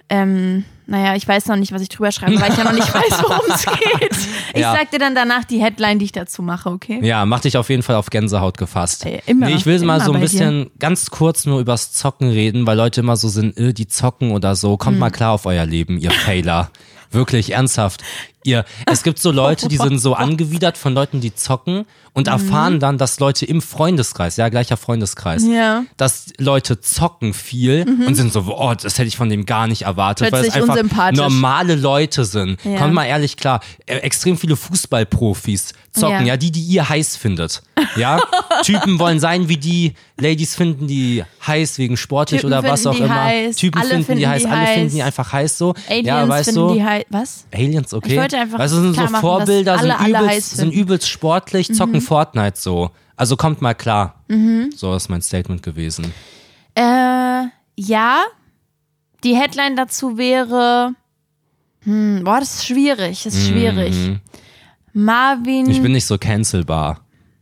Speaker 2: Ähm, naja, ich weiß noch nicht, was ich drüber schreibe, weil ich ja noch nicht weiß, worum es geht. Ich
Speaker 1: Ja.
Speaker 2: sag dir dann danach die Headline, die ich dazu mache, okay?
Speaker 1: Ja, mach dich auf jeden Fall auf Gänsehaut gefasst.
Speaker 2: Ey, immer,
Speaker 1: nee, ich will mal
Speaker 2: immer
Speaker 1: so ein
Speaker 2: bei
Speaker 1: bisschen ganz kurz nur übers Zocken reden, weil Leute immer so sind, äh, die zocken oder so.
Speaker 2: Hm.
Speaker 1: Kommt mal klar auf euer Leben, ihr Failer. Wirklich, ernsthaft. Ihr, es gibt so Leute, die sind so angewidert von Leuten, die zocken
Speaker 2: Mhm.
Speaker 1: und erfahren dann, dass Leute im Freundeskreis, ja, gleicher Freundeskreis,
Speaker 2: Ja. Mhm.
Speaker 1: dass Leute zocken viel und sind so, oh, das hätte ich von dem gar nicht erwartet, weil es
Speaker 2: Plötzlich
Speaker 1: einfach
Speaker 2: unsympathisch.
Speaker 1: normale Leute sind.
Speaker 2: Ja.
Speaker 1: Kommt mal ehrlich klar, äh, extrem viele
Speaker 2: Mhm.
Speaker 1: Fußballprofis zocken,
Speaker 2: Ja.
Speaker 1: ja, die, die ihr heiß findet. Ja, Typen wollen sein wie die, Ladies finden die heiß wegen sportlich
Speaker 2: Typen
Speaker 1: oder was
Speaker 2: finden
Speaker 1: auch
Speaker 2: die
Speaker 1: immer.
Speaker 2: heiß,
Speaker 1: Typen
Speaker 2: alle
Speaker 1: finden die
Speaker 2: finden
Speaker 1: heiß,
Speaker 2: die
Speaker 1: alle
Speaker 2: heiß.
Speaker 1: finden die einfach heiß so.
Speaker 2: Aliens
Speaker 1: ja, weißt
Speaker 2: finden
Speaker 1: du,
Speaker 2: die halt. Was?
Speaker 1: Aliens, okay.
Speaker 2: Ich wollte einfach
Speaker 1: weißt du, das sind so
Speaker 2: klar machen,
Speaker 1: Vorbilder,
Speaker 2: dass
Speaker 1: sind,
Speaker 2: alle alle heiß
Speaker 1: übelst, sind
Speaker 2: finden. Mhm.
Speaker 1: übelst sportlich, zocken Fortnite so. Also kommt mal klar. So ist mein Statement gewesen.
Speaker 2: Äh, ja. Die Headline dazu wäre. Hm, boah, das ist schwierig, das ist schwierig. Marvin.
Speaker 1: Mhm. Ich bin nicht so cancelbar.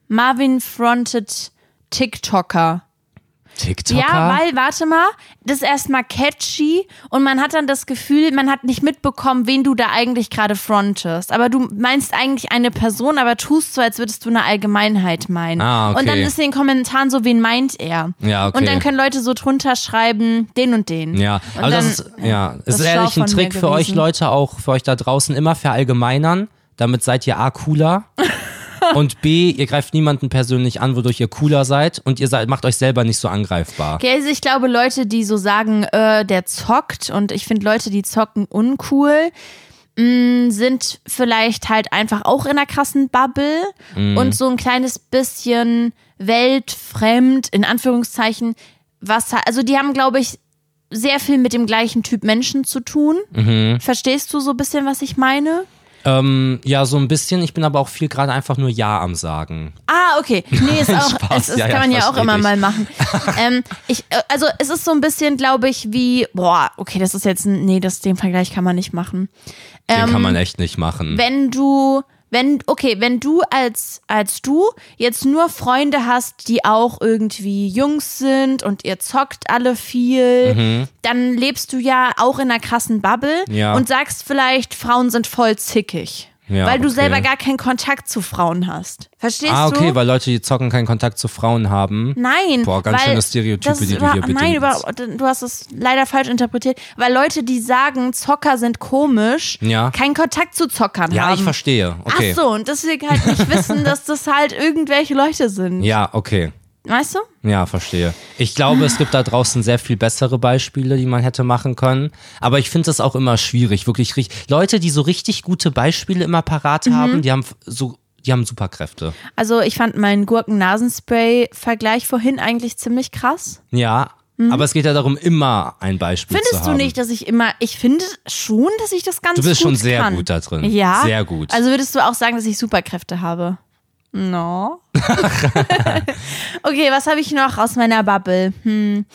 Speaker 2: Marvin fronted TikToker.
Speaker 1: TikToker?
Speaker 2: Ja, weil, warte mal, das ist erstmal catchy und man hat dann das Gefühl, man hat nicht mitbekommen, wen du da eigentlich gerade frontest. Aber du meinst eigentlich eine Person, aber tust so, als würdest du eine Allgemeinheit meinen.
Speaker 1: Ah, okay.
Speaker 2: Und dann ist in den Kommentaren so, wen meint er?
Speaker 1: Ja, okay.
Speaker 2: Und dann können Leute so drunter schreiben, den und den.
Speaker 1: ja,
Speaker 2: und
Speaker 1: aber das
Speaker 2: dann-
Speaker 1: ist, ja, es
Speaker 2: das
Speaker 1: ist
Speaker 2: ist
Speaker 1: ehrlich
Speaker 2: schlau
Speaker 1: ein
Speaker 2: von
Speaker 1: Trick
Speaker 2: mir
Speaker 1: für euch
Speaker 2: gewesen.
Speaker 1: Leute, auch für euch da draußen, immer verallgemeinern. Damit seid ihr A, cooler. und B, ihr greift niemanden persönlich an, wodurch ihr cooler seid. Und ihr seid, macht euch selber nicht so angreifbar.
Speaker 2: Okay, also ich glaube, Leute, die so sagen, äh, der zockt und ich finde Leute, die zocken, uncool, mh, sind vielleicht halt einfach auch in einer krassen Bubble und so ein kleines bisschen weltfremd, in Anführungszeichen, was, ha- also die haben, glaube ich, sehr viel mit dem gleichen Typ Menschen zu tun. Verstehst du so ein bisschen, was ich meine?
Speaker 1: Ähm, ja, so ein bisschen. Ich bin aber auch viel gerade einfach nur Ja am Sagen.
Speaker 2: Ah, okay. Nee, ist auch,
Speaker 1: Spaß,
Speaker 2: es, es
Speaker 1: ja, ja,
Speaker 2: kann man ja auch
Speaker 1: versteh
Speaker 2: immer
Speaker 1: dich.
Speaker 2: mal machen. ähm, ich, äh, also es ist so ein bisschen, glaube ich, wie, boah, okay, das ist jetzt, ein- nee, das, den Vergleich kann man nicht machen. Ähm,
Speaker 1: Den kann man echt nicht machen.
Speaker 2: Wenn du, wenn, okay, wenn du als, als du jetzt nur Freunde hast, die auch irgendwie Jungs sind und ihr zockt alle viel, dann lebst du ja auch in einer krassen Bubble
Speaker 1: Mhm. Ja.
Speaker 2: und sagst vielleicht, Frauen sind voll zickig.
Speaker 1: Ja,
Speaker 2: weil du
Speaker 1: okay.
Speaker 2: selber gar keinen Kontakt zu Frauen hast. Verstehst
Speaker 1: Ah, okay,
Speaker 2: du?
Speaker 1: weil Leute, die zocken, keinen Kontakt zu Frauen haben.
Speaker 2: Nein.
Speaker 1: Boah, ganz
Speaker 2: weil
Speaker 1: schöne Stereotype,
Speaker 2: das
Speaker 1: die du
Speaker 2: über-
Speaker 1: hier
Speaker 2: Nein,
Speaker 1: bedienst.
Speaker 2: über, du hast es leider falsch interpretiert, weil Leute, die sagen, Zocker sind komisch,
Speaker 1: Ja.
Speaker 2: keinen Kontakt zu Zockern
Speaker 1: Ja,
Speaker 2: haben.
Speaker 1: ich verstehe. Okay.
Speaker 2: Ach so, und deswegen halt nicht wissen, dass das halt irgendwelche Leute sind.
Speaker 1: Ja, okay.
Speaker 2: Weißt du?
Speaker 1: Ja, verstehe. Ich glaube, es gibt da draußen sehr viel bessere Beispiele, die man hätte machen können. Aber ich finde das auch immer schwierig, wirklich richtig. Leute, die so richtig gute Beispiele immer parat
Speaker 2: Mhm.
Speaker 1: haben, die haben f- so, die haben Superkräfte.
Speaker 2: Also ich fand meinen Gurken-Nasenspray-Vergleich vorhin eigentlich ziemlich krass.
Speaker 1: Ja, aber es geht ja darum, immer ein Beispiel zu
Speaker 2: Mhm. Findest
Speaker 1: haben.
Speaker 2: du nicht, dass ich immer, ich finde schon, dass ich das ganz
Speaker 1: Du
Speaker 2: gut
Speaker 1: bist schon sehr
Speaker 2: kann.
Speaker 1: gut da drin.
Speaker 2: Ja.
Speaker 1: Sehr gut.
Speaker 2: Also würdest du auch sagen, dass ich Superkräfte habe? No. okay, was habe ich noch aus meiner Bubble? Hm.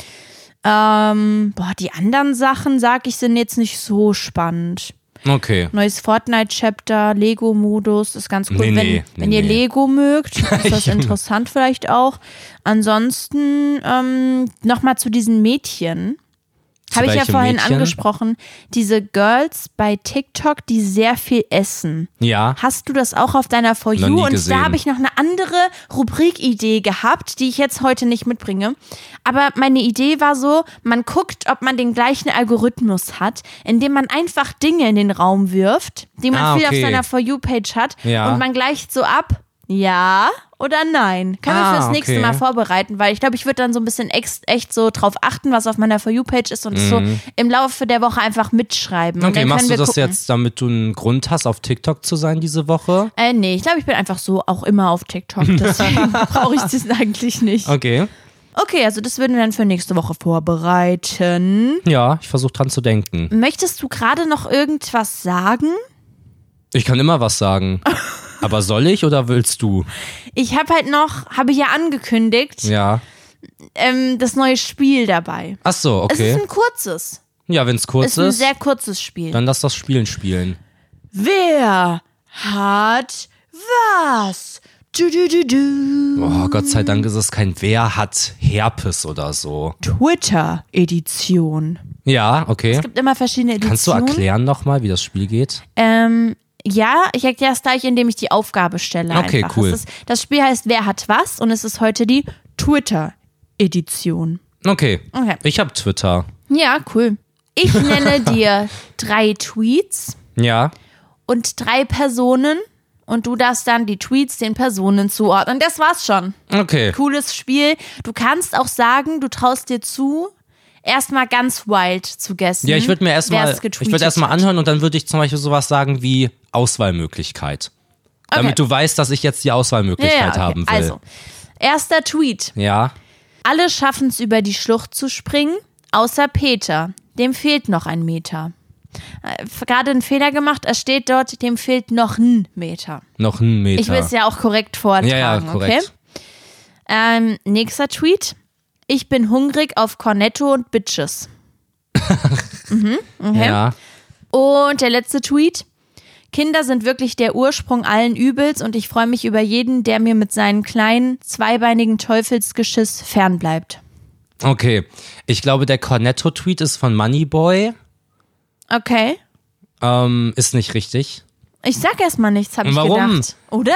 Speaker 2: Ähm, boah, die anderen Sachen, sag ich, sind jetzt nicht so spannend.
Speaker 1: okay.
Speaker 2: Neues Fortnite-Chapter, Lego-Modus, ist ganz cool.
Speaker 1: Nee,
Speaker 2: wenn
Speaker 1: nee,
Speaker 2: wenn
Speaker 1: nee,
Speaker 2: ihr
Speaker 1: nee.
Speaker 2: Lego mögt, ist das interessant vielleicht auch. Ansonsten ähm, nochmal zu diesen Mädchen. Habe ich ja
Speaker 1: welchem
Speaker 2: vorhin
Speaker 1: Mädchen?
Speaker 2: angesprochen. Diese Girls bei TikTok, die sehr viel essen.
Speaker 1: Ja.
Speaker 2: Hast du das auch auf deiner For
Speaker 1: Noch
Speaker 2: You?
Speaker 1: nie
Speaker 2: Und
Speaker 1: gesehen.
Speaker 2: da habe ich noch eine andere Rubrikidee gehabt, die ich jetzt heute nicht mitbringe. Aber meine Idee war so, man guckt, ob man den gleichen Algorithmus hat, indem man einfach Dinge in den Raum wirft, die man
Speaker 1: Ah,
Speaker 2: viel auf
Speaker 1: okay.
Speaker 2: seiner For You-Page hat.
Speaker 1: Ja.
Speaker 2: Und man gleicht so ab, Ja oder nein. Können
Speaker 1: Ah,
Speaker 2: wir fürs nächste
Speaker 1: okay.
Speaker 2: Mal vorbereiten, weil ich glaube, ich würde dann so ein bisschen ex echt so drauf achten, was auf meiner For You-Page ist und es so im Laufe der Woche einfach mitschreiben. und
Speaker 1: Mhm. Okay,
Speaker 2: dann
Speaker 1: machst
Speaker 2: können
Speaker 1: du
Speaker 2: wir
Speaker 1: das
Speaker 2: gucken.
Speaker 1: jetzt, damit du einen Grund hast, auf TikTok zu sein diese Woche?
Speaker 2: Äh, nee, ich glaube, ich bin einfach so auch immer auf TikTok. Deswegen brauche ich das eigentlich nicht.
Speaker 1: Okay.
Speaker 2: Okay, also das würden wir dann für nächste Woche vorbereiten.
Speaker 1: Ja, ich versuche dran zu denken.
Speaker 2: Möchtest du gerade noch irgendwas sagen?
Speaker 1: Ich kann immer was sagen. Aber soll ich oder willst du?
Speaker 2: Ich habe halt noch, habe ich ja angekündigt,
Speaker 1: Ja.
Speaker 2: ähm, das neue Spiel dabei.
Speaker 1: Ach so,
Speaker 2: Es
Speaker 1: okay.
Speaker 2: ist ein kurzes.
Speaker 1: Ja, wenn es
Speaker 2: Es
Speaker 1: kurz
Speaker 2: ist ein
Speaker 1: ist,
Speaker 2: sehr kurzes Spiel.
Speaker 1: dann lass das Spielen spielen.
Speaker 2: Wer hat was? Du, du, du, du.
Speaker 1: Oh, Gott sei Dank ist es kein Wer hat Herpes oder so.
Speaker 2: Twitter-Edition.
Speaker 1: Ja, okay.
Speaker 2: Es gibt immer verschiedene Editionen.
Speaker 1: Kannst du erklären nochmal, wie das Spiel geht?
Speaker 2: Ähm, ja, ich erkläre es gleich, indem ich die Aufgabe stelle.
Speaker 1: Okay,
Speaker 2: einfach.
Speaker 1: cool.
Speaker 2: Es ist, das Spiel heißt Wer hat was und es ist heute die Twitter-Edition.
Speaker 1: Okay.
Speaker 2: Okay.
Speaker 1: Ich habe Twitter.
Speaker 2: Ja, cool. Ich nenne dir drei Tweets
Speaker 1: Ja.
Speaker 2: und drei Personen und du darfst dann die Tweets den Personen zuordnen. Das war's schon.
Speaker 1: Okay.
Speaker 2: Cooles Spiel. Du kannst auch sagen, du traust dir zu, erstmal ganz wild zu gessen.
Speaker 1: Ja, ich würde mir erstmal
Speaker 2: wer's
Speaker 1: ich
Speaker 2: getweetet
Speaker 1: würde erstmal
Speaker 2: hat.
Speaker 1: anhören und dann würde ich zum Beispiel sowas sagen wie Auswahlmöglichkeit. Damit du weißt, dass ich jetzt die
Speaker 2: Ja,
Speaker 1: Auswahlmöglichkeit
Speaker 2: ja, okay.
Speaker 1: haben will.
Speaker 2: Also, erster Tweet.
Speaker 1: Ja.
Speaker 2: Alle schaffen es, über die Schlucht zu springen, außer Peter. Dem fehlt noch ein Meter. Äh, Gerade einen Fehler gemacht, er steht dort, dem fehlt noch ein Meter.
Speaker 1: Noch ein Meter.
Speaker 2: Ich will es ja auch korrekt vortragen,
Speaker 1: Ja, ja, korrekt.
Speaker 2: okay? Ähm, nächster Tweet. Ich bin hungrig auf Cornetto und Bitches. Mhm.
Speaker 1: Ja.
Speaker 2: Und der letzte Tweet. Kinder sind wirklich der Ursprung allen Übels und ich freue mich über jeden, der mir mit seinem kleinen, zweibeinigen Teufelsgeschiss fernbleibt.
Speaker 1: Okay. Ich glaube, der Cornetto-Tweet ist von Moneyboy.
Speaker 2: Okay.
Speaker 1: Ähm, ist nicht richtig.
Speaker 2: Ich sag erstmal nichts, habe ich
Speaker 1: Warum?
Speaker 2: gedacht. Oder?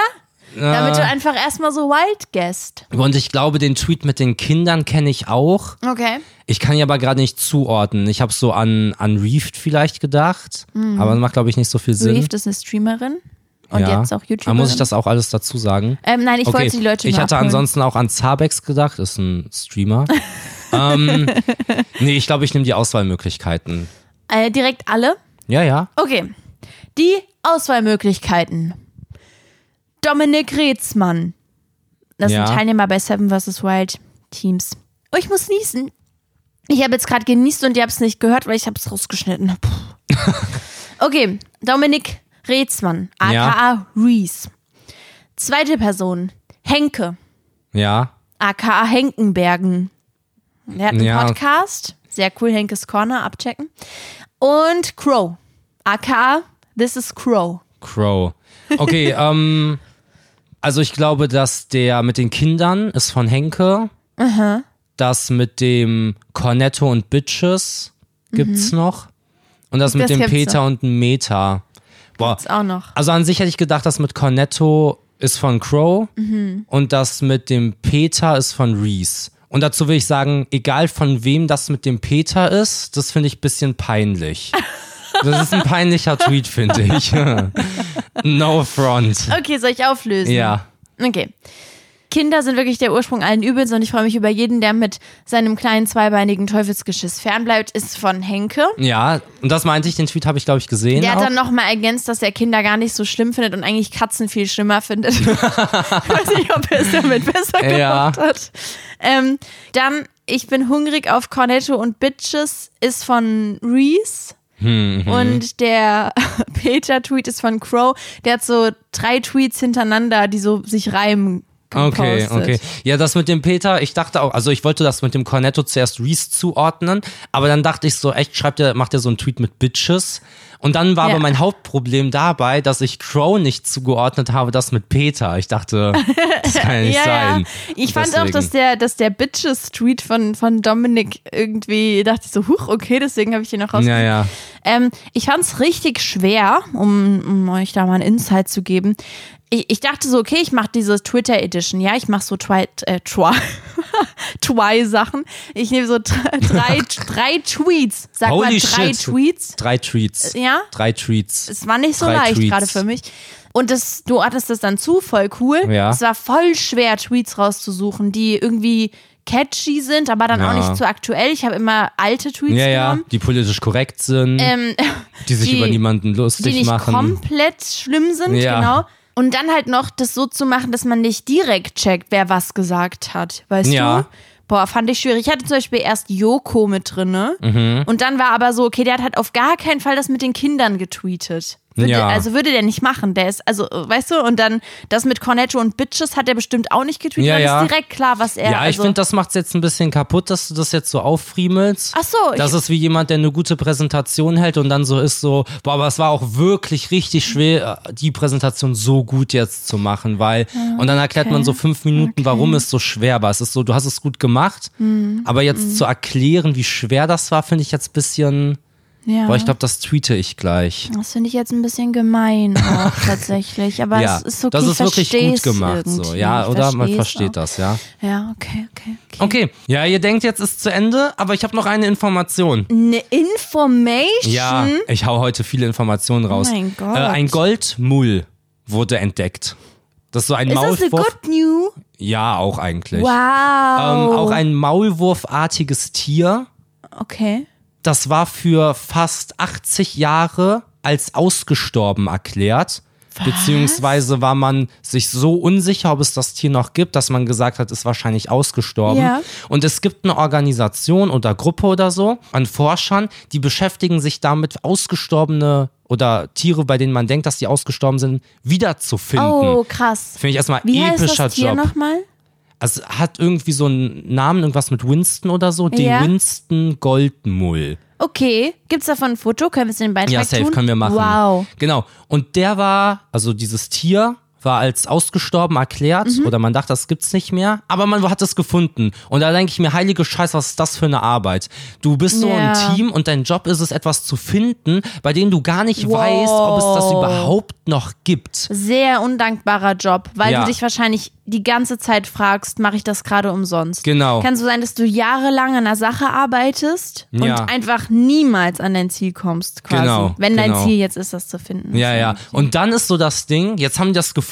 Speaker 2: Damit du einfach erstmal so wild guest.
Speaker 1: Und ich glaube, den Tweet mit den Kindern kenne ich auch.
Speaker 2: Okay.
Speaker 1: Ich kann ihn aber gerade nicht zuordnen. Ich habe so an, an Reefed vielleicht gedacht. Aber macht, glaube ich, nicht so viel Sinn.
Speaker 2: Reef ist eine Streamerin Mhm. und
Speaker 1: ja.
Speaker 2: jetzt auch YouTuberin.
Speaker 1: Aber muss ich das auch alles dazu sagen?
Speaker 2: ähm, nein, ich
Speaker 1: okay.
Speaker 2: wollte die Leute
Speaker 1: ich
Speaker 2: nur
Speaker 1: hatte
Speaker 2: abholen.
Speaker 1: ansonsten auch an Zabex gedacht, ist ein Streamer. ähm, nee, ich glaube, ich nehme die Auswahlmöglichkeiten.
Speaker 2: Äh, direkt alle?
Speaker 1: Ja, ja.
Speaker 2: Okay. Die Auswahlmöglichkeiten. Dominik Reetzmann. Das
Speaker 1: Ja.
Speaker 2: sind Teilnehmer bei Seven vs. Wild Teams. Oh, ich muss niesen. Ich habe jetzt gerade genießt und ihr habt es nicht gehört, weil ich habe es rausgeschnitten. Puh. okay, Dominik Reetzmann, aka
Speaker 1: Ja.
Speaker 2: Rees. Zweite Person, Henke,
Speaker 1: Ja.
Speaker 2: aka Henkenbergen. Der hat einen
Speaker 1: Ja.
Speaker 2: Podcast. Sehr cool, Henkes Corner, abchecken. Und Crow, aka This is Crow.
Speaker 1: Crow. Okay, ähm, also ich glaube, dass der mit den Kindern ist von Henke. Das mit dem Cornetto und Bitches gibt's noch. Und das, mit
Speaker 2: Das
Speaker 1: dem
Speaker 2: gibt's
Speaker 1: Peter und dem Meta. Boah.
Speaker 2: Ist auch noch.
Speaker 1: Also an sich hätte ich gedacht, das mit Cornetto ist von Crow
Speaker 2: Mhm.
Speaker 1: und das mit dem Peter ist von Reese. Und dazu will ich sagen, egal von wem das mit dem Peter ist, das finde ich ein bisschen peinlich. Das ist ein peinlicher Tweet, finde ich. no front.
Speaker 2: Okay, soll ich auflösen?
Speaker 1: Ja.
Speaker 2: Okay. Kinder sind wirklich der Ursprung allen Übels und ich freue mich über jeden, der mit seinem kleinen zweibeinigen Teufelsgeschiss fernbleibt, ist von Henke.
Speaker 1: Ja, und das meinte ich, den Tweet habe ich, glaube ich, gesehen.
Speaker 2: Der
Speaker 1: auch.
Speaker 2: hat dann nochmal ergänzt, dass er Kinder gar nicht so schlimm findet und eigentlich Katzen viel schlimmer findet. ich weiß nicht, ob er es damit besser
Speaker 1: Ja.
Speaker 2: gemacht hat. Ähm, dann, ich bin hungrig auf Cornetto und Bitches ist von Reese.
Speaker 1: Mhm.
Speaker 2: Und der Peter-Tweet ist von Crow. Der hat so drei Tweets hintereinander, die so sich reimen.
Speaker 1: Okay,
Speaker 2: gepostet.
Speaker 1: okay. Ja, das mit dem Peter, ich dachte auch, also ich wollte das mit dem Cornetto zuerst Reese zuordnen, aber dann dachte ich so, echt, schreibt der, macht er so einen Tweet mit Bitches? Und dann war
Speaker 2: Ja.
Speaker 1: aber mein Hauptproblem dabei, dass ich Crow nicht zugeordnet habe, das mit Peter. Ich dachte, das kann nicht
Speaker 2: Ja,
Speaker 1: sein.
Speaker 2: ja. Ich fand auch,
Speaker 1: Deswegen.
Speaker 2: dass der, dass der Bitches-Tweet von, von Dominik irgendwie, dachte ich so, huch, okay, deswegen habe ich den noch rausgesucht.
Speaker 1: Ja, ja.
Speaker 2: Ähm, ich fand's richtig schwer, um, um euch da mal einen Insight zu geben. Ich, ich dachte so, okay, ich mache diese Twitter Edition, ja, ich mache so Twilight, äh, Twi Twy-Sachen. Ich nehme so dr- drei, drei Tweets. Sag mal,
Speaker 1: Holy
Speaker 2: drei
Speaker 1: shit.
Speaker 2: Tweets.
Speaker 1: Drei Tweets.
Speaker 2: Äh, Ja?
Speaker 1: Drei Tweets.
Speaker 2: Es war nicht so
Speaker 1: Drei
Speaker 2: leicht
Speaker 1: Tweets.
Speaker 2: gerade für mich. Und das, du hattest das dann zu, voll cool.
Speaker 1: Ja.
Speaker 2: Es war voll schwer, Tweets rauszusuchen, die irgendwie catchy sind, aber dann auch
Speaker 1: Ja.
Speaker 2: nicht so aktuell. Ich habe immer alte Tweets
Speaker 1: Ja, ja.
Speaker 2: genommen.
Speaker 1: Die politisch korrekt sind,
Speaker 2: Ähm,
Speaker 1: die sich
Speaker 2: die-
Speaker 1: über niemanden lustig
Speaker 2: die nicht
Speaker 1: machen.
Speaker 2: komplett schlimm sind,
Speaker 1: Ja.
Speaker 2: genau. Und dann halt noch das so zu machen, dass man nicht direkt checkt, wer was gesagt hat, weißt
Speaker 1: Ja.
Speaker 2: du? Boah, fand ich schwierig. Ich hatte zum Beispiel erst Joko mit drin, ne?
Speaker 1: Mhm.
Speaker 2: Und dann war aber so, okay, der hat halt auf gar keinen Fall das mit den Kindern getweetet. Würde,
Speaker 1: Ja.
Speaker 2: Also würde der nicht machen. Der ist, also, äh, weißt du, und dann das mit Cornetto und Bitches hat er bestimmt auch nicht getweetet.
Speaker 1: Ja,
Speaker 2: dann
Speaker 1: ja.
Speaker 2: ist direkt klar, was er.
Speaker 1: Ja, ich
Speaker 2: also,
Speaker 1: finde, das macht's jetzt ein bisschen kaputt, dass du das jetzt so auffriemelst.
Speaker 2: Ach so, ich-
Speaker 1: Das ist wie jemand, der eine gute Präsentation hält und dann so ist so, boah, aber es war auch wirklich richtig schwer, äh, die Präsentation so gut jetzt zu machen, weil,
Speaker 2: Ah,
Speaker 1: und dann erklärt man so fünf Minuten, warum es so schwer war. Es ist so, du hast es gut gemacht,
Speaker 2: Mhm.
Speaker 1: aber jetzt zu erklären, wie schwer das war, finde ich jetzt ein bisschen,
Speaker 2: ja.
Speaker 1: boah, ich glaube, das tweete ich gleich.
Speaker 2: Das finde ich jetzt ein bisschen gemein auch tatsächlich. Aber
Speaker 1: ja,
Speaker 2: es ist okay,
Speaker 1: das
Speaker 2: ich
Speaker 1: ist wirklich gut
Speaker 2: versteh's
Speaker 1: gemacht, so,
Speaker 2: irgendwie.
Speaker 1: ja,
Speaker 2: Ich
Speaker 1: oder? Man
Speaker 2: versteh's
Speaker 1: versteht
Speaker 2: auch.
Speaker 1: das, ja.
Speaker 2: Ja, okay, okay. okay.
Speaker 1: Okay, ja, ihr denkt, jetzt ist zu Ende, aber ich habe noch eine Information.
Speaker 2: Um Eine Information?
Speaker 1: Ja, ich hau heute viele Informationen raus.
Speaker 2: Hm? mein Gott.
Speaker 1: Äh, ein Goldmull wurde entdeckt. Das ist so ein
Speaker 2: Ist das eine
Speaker 1: Maulwurf.
Speaker 2: Good News?
Speaker 1: Ja, auch eigentlich.
Speaker 2: Wow.
Speaker 1: Ähm, auch ein Maulwurfartiges Tier.
Speaker 2: okay.
Speaker 1: Das war für fast 80 Jahre als ausgestorben erklärt. Beziehungsweise war man sich so unsicher, ob es das Tier noch gibt, dass man gesagt hat, ist wahrscheinlich ausgestorben.
Speaker 2: Ja.
Speaker 1: Und es gibt eine Organisation oder Gruppe oder so an Forschern, die beschäftigen sich damit, ausgestorbene oder Tiere, bei denen man denkt, dass die ausgestorben sind, wiederzufinden.
Speaker 2: Oh, krass.
Speaker 1: Finde ich erstmal
Speaker 2: Wie heißt
Speaker 1: epischer
Speaker 2: das Tier
Speaker 1: Job.
Speaker 2: nochmal?
Speaker 1: Also hat irgendwie so einen Namen, irgendwas mit Winston oder so.
Speaker 2: Ja.
Speaker 1: Den Winston Goldmull.
Speaker 2: Okay. Gibt's davon ein Foto? Können wir es in den Beitrag
Speaker 1: Ja, safe
Speaker 2: tun?
Speaker 1: können wir machen.
Speaker 2: Wow.
Speaker 1: Genau. Und der war, also dieses Tier war als ausgestorben erklärt
Speaker 2: Mhm.
Speaker 1: oder man dachte, das gibt's nicht mehr, aber man hat es gefunden. Und da denke ich mir, heilige Scheiß, was ist das für eine Arbeit? Du bist so
Speaker 2: Ja.
Speaker 1: im Team und dein Job ist es, etwas zu finden, bei dem du gar nicht weißt, ob es das
Speaker 2: Wow.
Speaker 1: überhaupt noch gibt.
Speaker 2: Sehr undankbarer Job, weil
Speaker 1: Ja.
Speaker 2: du dich wahrscheinlich die ganze Zeit fragst, mache ich das gerade umsonst?
Speaker 1: Genau.
Speaker 2: Kann so sein, dass du jahrelang an einer Sache arbeitest
Speaker 1: Ja.
Speaker 2: und einfach niemals an dein Ziel kommst, quasi.
Speaker 1: Genau,
Speaker 2: Wenn dein
Speaker 1: genau.
Speaker 2: Ziel jetzt ist, das zu finden.
Speaker 1: Ja, ja. Und dann ist so das Ding, jetzt haben die das gefunden,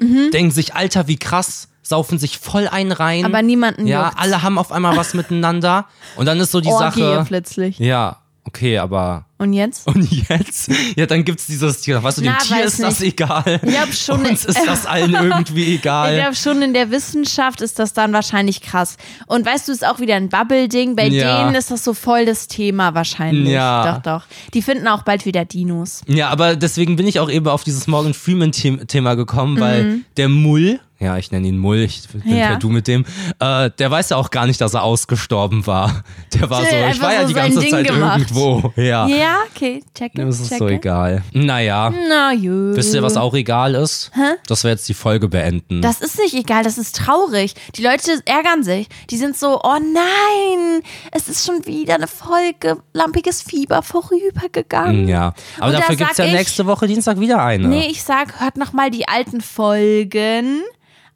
Speaker 2: Mhm.
Speaker 1: denken sich, Alter, wie krass, saufen sich voll ein rein.
Speaker 2: Aber niemanden
Speaker 1: ja,
Speaker 2: juckt's. Oh,
Speaker 1: alle haben auf einmal was miteinander. Und dann ist so die
Speaker 2: Orgie
Speaker 1: Sache.
Speaker 2: plötzlich.
Speaker 1: Ja, okay, aber.
Speaker 2: Und jetzt?
Speaker 1: Und jetzt? Ja, dann gibt's dieses Tier. Weißt du, dem
Speaker 2: Na,
Speaker 1: Tier
Speaker 2: weiß
Speaker 1: ist das egal.
Speaker 2: Ich glaube schon,
Speaker 1: Uns ist das allen irgendwie
Speaker 2: ich
Speaker 1: egal.
Speaker 2: glaub schon, in der Wissenschaft ist das dann wahrscheinlich krass. Und weißt du, ist auch wieder ein Bubble-Ding. Bei
Speaker 1: Ja.
Speaker 2: denen ist das so voll das Thema wahrscheinlich.
Speaker 1: Ja.
Speaker 2: Doch, doch. Die finden auch bald wieder Dinos.
Speaker 1: Ja, aber deswegen bin ich auch eben auf dieses Morgan Freeman-Thema gekommen, weil der Mull, ja, ich nenne ihn Mull, ich bin
Speaker 2: Mhm. Ja.
Speaker 1: ja du mit dem, äh, der weiß ja auch gar nicht, dass er ausgestorben war. Der war
Speaker 2: Der
Speaker 1: so,
Speaker 2: hat
Speaker 1: ich war
Speaker 2: einfach
Speaker 1: ja
Speaker 2: so
Speaker 1: die
Speaker 2: sein
Speaker 1: ganze
Speaker 2: Ding
Speaker 1: Zeit
Speaker 2: gemacht.
Speaker 1: irgendwo. Ja.
Speaker 2: Ja, okay. Check it,
Speaker 1: Mir ist es
Speaker 2: check
Speaker 1: so
Speaker 2: it.
Speaker 1: egal. Naja,
Speaker 2: Na jö.
Speaker 1: wisst ihr, was auch egal ist? Dass wir jetzt die Folge beenden.
Speaker 2: Das ist nicht egal, das ist traurig. Die Leute ärgern sich. Die sind so, oh nein, es ist schon wieder eine Folge lampiges Fieber vorübergegangen.
Speaker 1: ja. Aber
Speaker 2: Und da
Speaker 1: dafür gibt's
Speaker 2: sag
Speaker 1: ja
Speaker 2: ich-
Speaker 1: nächste Woche Dienstag wieder eine.
Speaker 2: Nee, ich sag, hört noch mal die alten Folgen.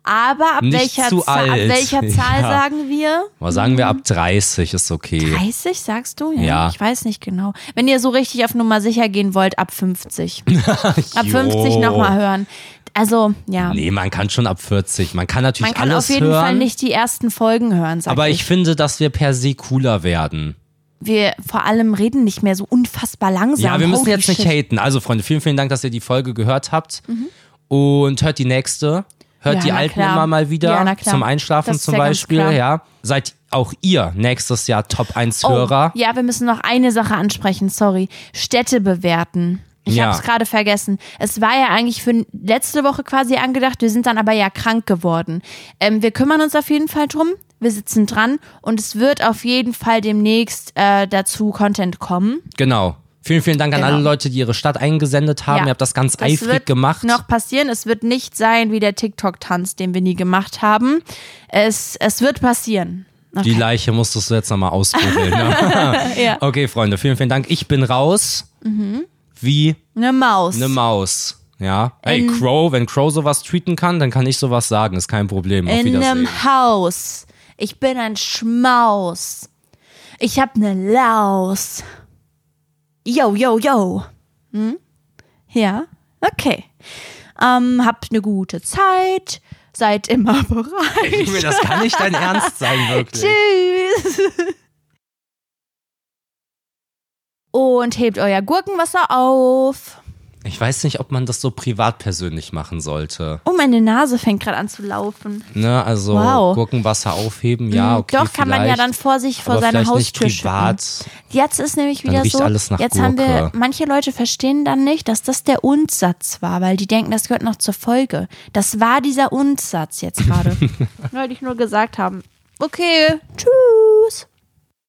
Speaker 2: Aber ab,
Speaker 1: Nicht
Speaker 2: welcher,
Speaker 1: zu
Speaker 2: Zahl- ab
Speaker 1: alt.
Speaker 2: welcher
Speaker 1: Ja.
Speaker 2: Zahl sagen wir?
Speaker 1: Aber sagen
Speaker 2: Mhm.
Speaker 1: wir ab 30 ist okay.
Speaker 2: 30, sagst du? Ja,
Speaker 1: Ja.
Speaker 2: Ich weiß nicht genau. Wenn ihr so richtig auf Nummer sicher gehen wollt, ab 50. ab
Speaker 1: Jo.
Speaker 2: 50 nochmal hören. Also, ja.
Speaker 1: Nee, man kann schon ab 40. Man kann natürlich
Speaker 2: Man kann
Speaker 1: alles
Speaker 2: auf jeden
Speaker 1: hören.
Speaker 2: Fall nicht die ersten Folgen hören, sag
Speaker 1: aber
Speaker 2: ich.
Speaker 1: ich finde, dass wir per se cooler werden.
Speaker 2: wir vor allem reden nicht mehr so unfassbar langsam.
Speaker 1: Ja, wir müssen
Speaker 2: Holy
Speaker 1: jetzt nicht
Speaker 2: shit.
Speaker 1: haten. Also, Freunde, vielen, vielen Dank, dass ihr die Folge gehört habt. Und hört die nächste. Hört
Speaker 2: Mhm. Ja,
Speaker 1: die
Speaker 2: na
Speaker 1: alten
Speaker 2: klar.
Speaker 1: immer mal wieder.
Speaker 2: Ja, na klar.
Speaker 1: Zum Einschlafen
Speaker 2: Das ist
Speaker 1: zum
Speaker 2: ja ganz
Speaker 1: Beispiel.
Speaker 2: klar.
Speaker 1: Ja. Seid auch ihr nächstes Jahr Top 1
Speaker 2: Oh,
Speaker 1: Hörer.
Speaker 2: ja, wir müssen noch eine Sache ansprechen, sorry. Städte bewerten. Ich
Speaker 1: Ja.
Speaker 2: hab's gerade vergessen. Es war ja eigentlich für letzte Woche quasi angedacht, wir sind dann aber ja krank geworden. Ähm, wir kümmern uns auf jeden Fall drum, wir sitzen dran und es wird auf jeden Fall demnächst äh, dazu Content kommen.
Speaker 1: Genau. Vielen, vielen Dank an
Speaker 2: Genau.
Speaker 1: alle Leute, die ihre Stadt eingesendet haben.
Speaker 2: Ja.
Speaker 1: Ihr habt das ganz eifrig
Speaker 2: wird
Speaker 1: gemacht.
Speaker 2: noch passieren. Es wird nicht sein wie der TikTok-Tanz, den wir nie gemacht haben. Es, es wird passieren.
Speaker 1: Die Leiche musstest du jetzt nochmal ausgoogeln. Ne?
Speaker 2: Ja. Mhm.
Speaker 1: Okay, Freunde, vielen, vielen Dank. Ich bin raus. Wie
Speaker 2: Eine Maus.
Speaker 1: eine Maus. Ja. Ey, Crow, wenn Crow sowas tweeten kann, dann kann ich sowas sagen. Ist kein Problem. Auf
Speaker 2: in
Speaker 1: Wiedersehen.
Speaker 2: einem Haus. Ich bin ein Schmaus. Ich hab ne Laus. Yo, yo, yo. Hm? Ja, okay. Ähm, habt eine gute Zeit. Seid immer bereit.
Speaker 1: Junge, das kann nicht dein Ernst sein, wirklich.
Speaker 2: Tschüss. Und hebt euer Gurkenwasser auf.
Speaker 1: Ich weiß nicht, ob man das so privat persönlich machen sollte.
Speaker 2: Oh, meine Nase fängt gerade an zu laufen.
Speaker 1: Ne, also
Speaker 2: Wow.
Speaker 1: Gurkenwasser aufheben, ja,
Speaker 2: Mm,
Speaker 1: okay.
Speaker 2: Doch, kann man ja
Speaker 1: vielleicht,
Speaker 2: dann vor sich, vor
Speaker 1: aber
Speaker 2: seiner
Speaker 1: vielleicht nicht
Speaker 2: Haustür schütten.
Speaker 1: privat.
Speaker 2: Jetzt ist nämlich
Speaker 1: Dann
Speaker 2: wieder
Speaker 1: riecht
Speaker 2: so,
Speaker 1: alles nach
Speaker 2: jetzt haben wir,
Speaker 1: Gurke.
Speaker 2: manche Leute verstehen dann nicht, dass das der Undsatz war, weil die denken, das gehört noch zur Folge. Das war dieser Undsatz jetzt gerade. Wollte ich nur gesagt haben. Okay, tschüss.